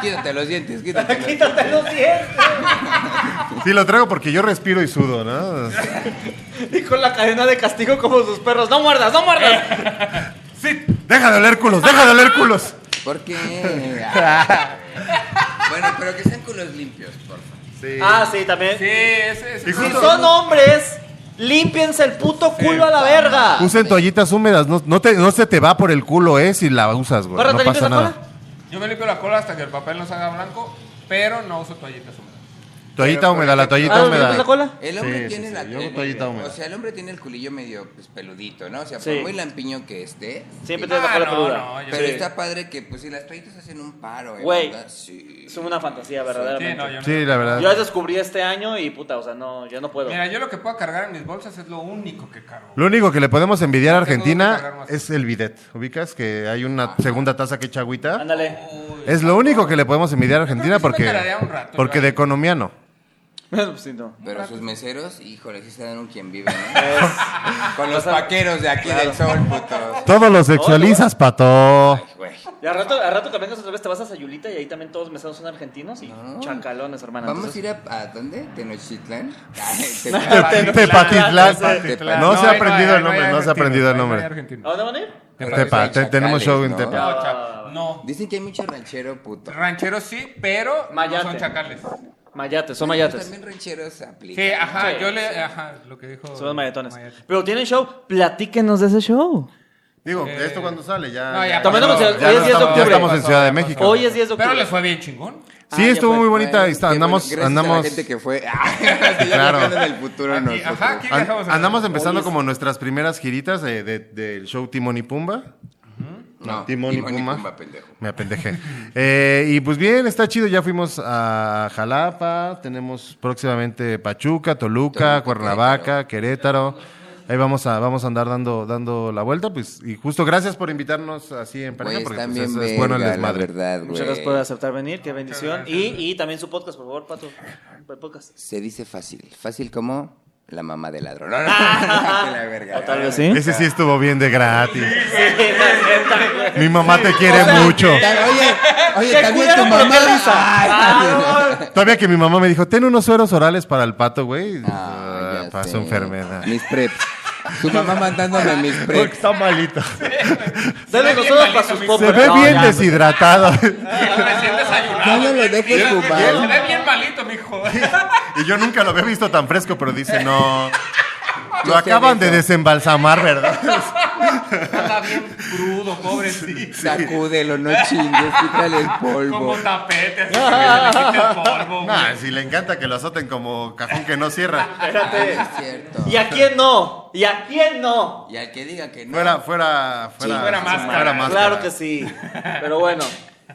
S5: Quítate los dientes, quítate los dientes.
S4: (laughs) Quítate los dientes.
S2: Sí, lo traigo porque yo respiro y sudo, ¿no?
S4: Y con la cadena de castigo como sus perros. ¡No muerdas, no
S2: Eh,
S4: muerdas!
S2: Sí, deja de oler culos, deja de oler culos.
S5: ¿Por qué? Ah. bueno, pero que sean culos limpios, por favor.
S2: Sí.
S4: Ah, sí, también.
S1: Sí, ese es...
S2: Y
S4: Si
S2: justo-
S4: son hombres, límpiense el puto culo a la verga.
S2: Usen toallitas húmedas, no, no, te, no se te va por el culo, ¿eh? Si la usas, güey.
S4: Perro,
S2: No
S4: ¿te limpias
S2: pasa
S4: la
S2: nada.
S4: cola?
S1: Yo me limpio la cola hasta que el papel no se haga blanco, pero no uso toallitas húmedas.
S2: Toallita
S5: Pero,
S2: húmeda,
S5: por
S2: la
S5: ejemplo,
S2: toallita
S4: Ah,
S2: húmeda.
S4: ¿la cola?
S5: El hombre
S2: Sí,
S5: tiene
S2: sí,
S5: la
S2: sí, yo
S5: el-
S2: toallita húmeda.
S5: O sea, el hombre tiene el culillo medio pues, peludito, ¿no? O sea,
S4: Sí.
S5: por muy lampiño que esté.
S4: Siempre
S5: y-
S4: tiene la cola
S1: no,
S4: peluda.
S1: Ah, no, yo-
S5: Pero
S1: sí.
S5: está padre que, pues, si las toallitas hacen un paro, ¿eh?
S4: Güey.
S5: ¿verdad? Sí.
S4: Es una fantasía, verdaderamente.
S1: Sí, no, yo no.
S2: Sí, la
S4: Yo las
S2: verdad.
S4: descubrí este año y puta, o sea, no, yo no puedo.
S1: Mira, yo lo que puedo cargar en mis bolsas es lo único que cargo.
S2: Lo único que le podemos envidiar
S1: Tengo
S2: a
S1: que
S2: Argentina
S1: cargar más.
S2: es el bidet. ¿Ubicas que hay una segunda taza que echa agüita?
S4: Ándale.
S1: Uy.
S2: Es lo único que le podemos envidiar a Argentina
S1: Yo creo que sí me
S2: porque,
S1: tararea un rato,
S2: porque
S1: igual.
S2: de economía no.
S4: Pues sí, no.
S5: Pero sus meseros, híjole, sí se dan un quien
S2: (laughs)
S5: vive, ¿no? Con los vaqueros de aquí del sol,
S2: (laughs)
S5: puto.
S2: Todo lo sexualizas, pato.
S5: Güey.
S4: Y al rato, al rato que vengas otra vez te vas a Sayulita y ahí también todos los meseros son argentinos y
S5: No.
S4: chacalones, hermano.
S5: Vamos a
S4: Entonces-
S5: ir a, ¿a dónde?
S2: (laughs)
S5: ¿Tenochtitlán? (laughs)
S2: Te-
S5: Tenochtitlán.
S2: Tepatitlán.
S5: Tepatitlán.
S2: No se
S1: hay-
S2: ha aprendido
S1: hay-
S2: el nombre,
S1: hay
S2: no se ha aprendido el
S1: argentinos,
S2: nombre.
S1: hay argentinos.
S4: ¿A dónde van a ir?
S2: Tepa, te- tenemos show en Tepa.
S1: No, chap- no.
S5: Dicen que hay mucho ranchero, puto.
S1: Rancheros sí, pero
S4: Mayate.
S1: no son chacales.
S4: Mayates, son
S5: Pero
S4: mayates.
S5: También rancheros aplican.
S1: Sí, ajá,
S4: Sí,
S1: yo le... Ajá, lo que dijo...
S4: Son mayatones.
S1: Mayate.
S4: Pero tienen show, platíquenos de ese show.
S2: Digo,
S1: Eh,
S2: ¿esto cuando sale? Ya.
S1: no, ya
S2: ya-
S1: Tomando
S2: ya
S1: consideración,
S2: no
S1: hoy es 10 de
S2: estamos- ya
S1: octubre.
S2: estamos en
S1: Pasó,
S2: Ciudad de
S1: pasó.
S2: México.
S4: Hoy es 10 de octubre.
S1: Pero les fue bien chingón.
S2: Sí,
S4: Ah, ya
S2: estuvo
S4: fue.
S2: muy
S5: Bueno,
S2: bonita. ahí
S5: qué
S2: está,
S5: bueno,
S2: andamos,
S5: gracias a la
S2: andamos,
S5: gente que fue. (laughs) Ah,
S2: (laughs)
S5: claro.
S2: Claro.
S5: en el futuro
S1: Aquí-
S5: nosotros.
S1: ajá, aquí
S2: an-
S1: dejamos...
S2: andamos empezando
S4: Hoy es-
S2: como nuestras primeras giritas eh, de- del show Timón y Pumba.
S5: No,
S2: Timón y Puma.
S5: pendejo.
S2: Me apendejé. Eh, y pues bien, está chido. Ya fuimos a Jalapa, tenemos próximamente Pachuca, Toluca,
S5: Toluca,
S2: Cuernavaca, Querétaro. Ahí vamos a, vamos a andar dando, dando la vuelta, pues, y justo gracias por invitarnos así en pareja,
S5: Güey,
S2: porque
S5: están
S2: pues,
S5: bien
S2: es,
S5: verga,
S2: es bueno el
S5: la
S2: desmadre.
S5: verdad, güey.
S4: Muchas gracias por aceptar venir, qué bendición.
S1: gracias.
S4: Y, y también su podcast, por favor, Pato. El podcast.
S5: Se dice fácil. Fácil como la mamá del
S4: (laughs)
S5: ladrón. No, no, no, que la verga.
S4: O tal vez (laughs) sí.
S2: Ese sí estuvo bien de gratis.
S4: Oye,
S2: Mi mamá te quiere mucho.
S5: Ta- Oye, oye, también tu mamá. Ay,
S4: Ah,
S5: también.
S2: Todavía que mi mamá me dijo, ten unos sueros orales para el pato, güey.
S5: Ah,
S2: Ah,
S5: ya
S2: para su
S5: sé.
S2: enfermedad.
S5: Mis preps. Tu mamá
S2: (laughs)
S5: mandándome mis
S2: Porque
S5: preps.
S2: está malito.
S4: Dale los ojos para sus
S2: Se
S4: poppers.
S2: ve
S4: No,
S2: bien
S4: ya,
S2: deshidratado. (laughs)
S1: Recién
S5: No
S1: desayunado.
S5: me lo dejes
S1: Se
S5: fumar.
S1: ve bien malito, mijo.
S2: Y yo nunca lo había visto tan fresco, pero dice, no. Lo
S5: Yo sé
S2: acaban
S5: de
S2: de
S5: eso.
S2: desembalsamar, ¿verdad? (laughs)
S1: Anda bien crudo, pobre sí.
S5: Sacúdelo, no chingues, quítale el polvo.
S1: Como tapete, así que le quita el polvo. güey.
S2: Nah, si le encanta que lo azoten como cajón que no cierra.
S5: Ay,
S4: Espérate.
S5: Ah, es cierto.
S4: ¿Y a quién no? ¿Y a quién no?
S5: Y al que diga que no.
S2: Fuera, fuera, fuera.
S5: Sí, fuera
S1: máscara.
S2: máscara.
S4: Claro que sí. Pero bueno,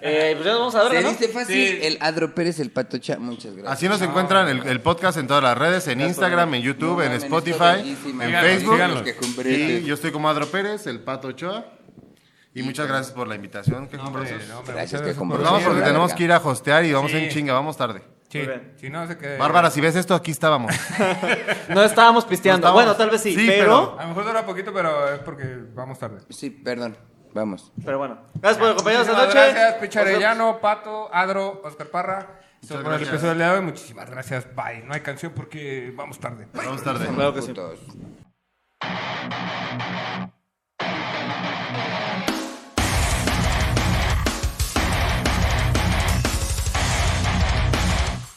S4: eh, pues ya nos vamos a
S5: Se
S4: ver, ¿no?
S5: dice fácil
S1: Sí.
S5: el Adro Pérez, el Patocha. Muchas gracias.
S2: Así nos encuentran el, el podcast en todas las redes, en Instagram, en YouTube,
S5: No
S2: en
S5: mames,
S2: Spotify,
S5: esto
S2: en
S5: bellísimo.
S1: Síganos,
S2: Facebook.
S1: síganos.
S5: Que cumbrete.
S2: Y yo estoy como Adro Pérez, el Pato Ochoa. Y muchas gracias por la invitación. qué
S1: No,
S2: cumbrosos.
S1: hombre, no, hombre, muchas
S5: Gracias,
S2: Nos
S5: que compró.
S2: vamos porque
S5: Sí,
S2: tenemos
S5: verga.
S2: que ir a hostear y vamos
S1: Sí.
S2: en chinga, vamos tarde.
S1: Sí,
S4: Muy bien.
S1: si no se quede.
S2: Bárbara, si ves esto, aquí estábamos.
S4: No estábamos pisteando.
S2: No estábamos.
S4: Bueno, tal vez sí,
S2: Sí,
S4: pero,
S1: A lo mejor dura poquito, pero es porque vamos tarde.
S5: Sí, perdón. Vamos.
S4: pero. bueno. Gracias por acompañarnos esta
S1: Muchísimas Gracias,
S4: noche. Nos vemos.
S1: Picharellano, Pato, Adro, Oscar Parra. Esto
S2: Muchas
S1: fue el
S2: gracias.
S1: episodio del día de hoy. Muchísimas gracias. Bye. No hay canción porque vamos tarde. Bye.
S2: Vamos tarde.
S4: Claro que sí.
S5: Putos.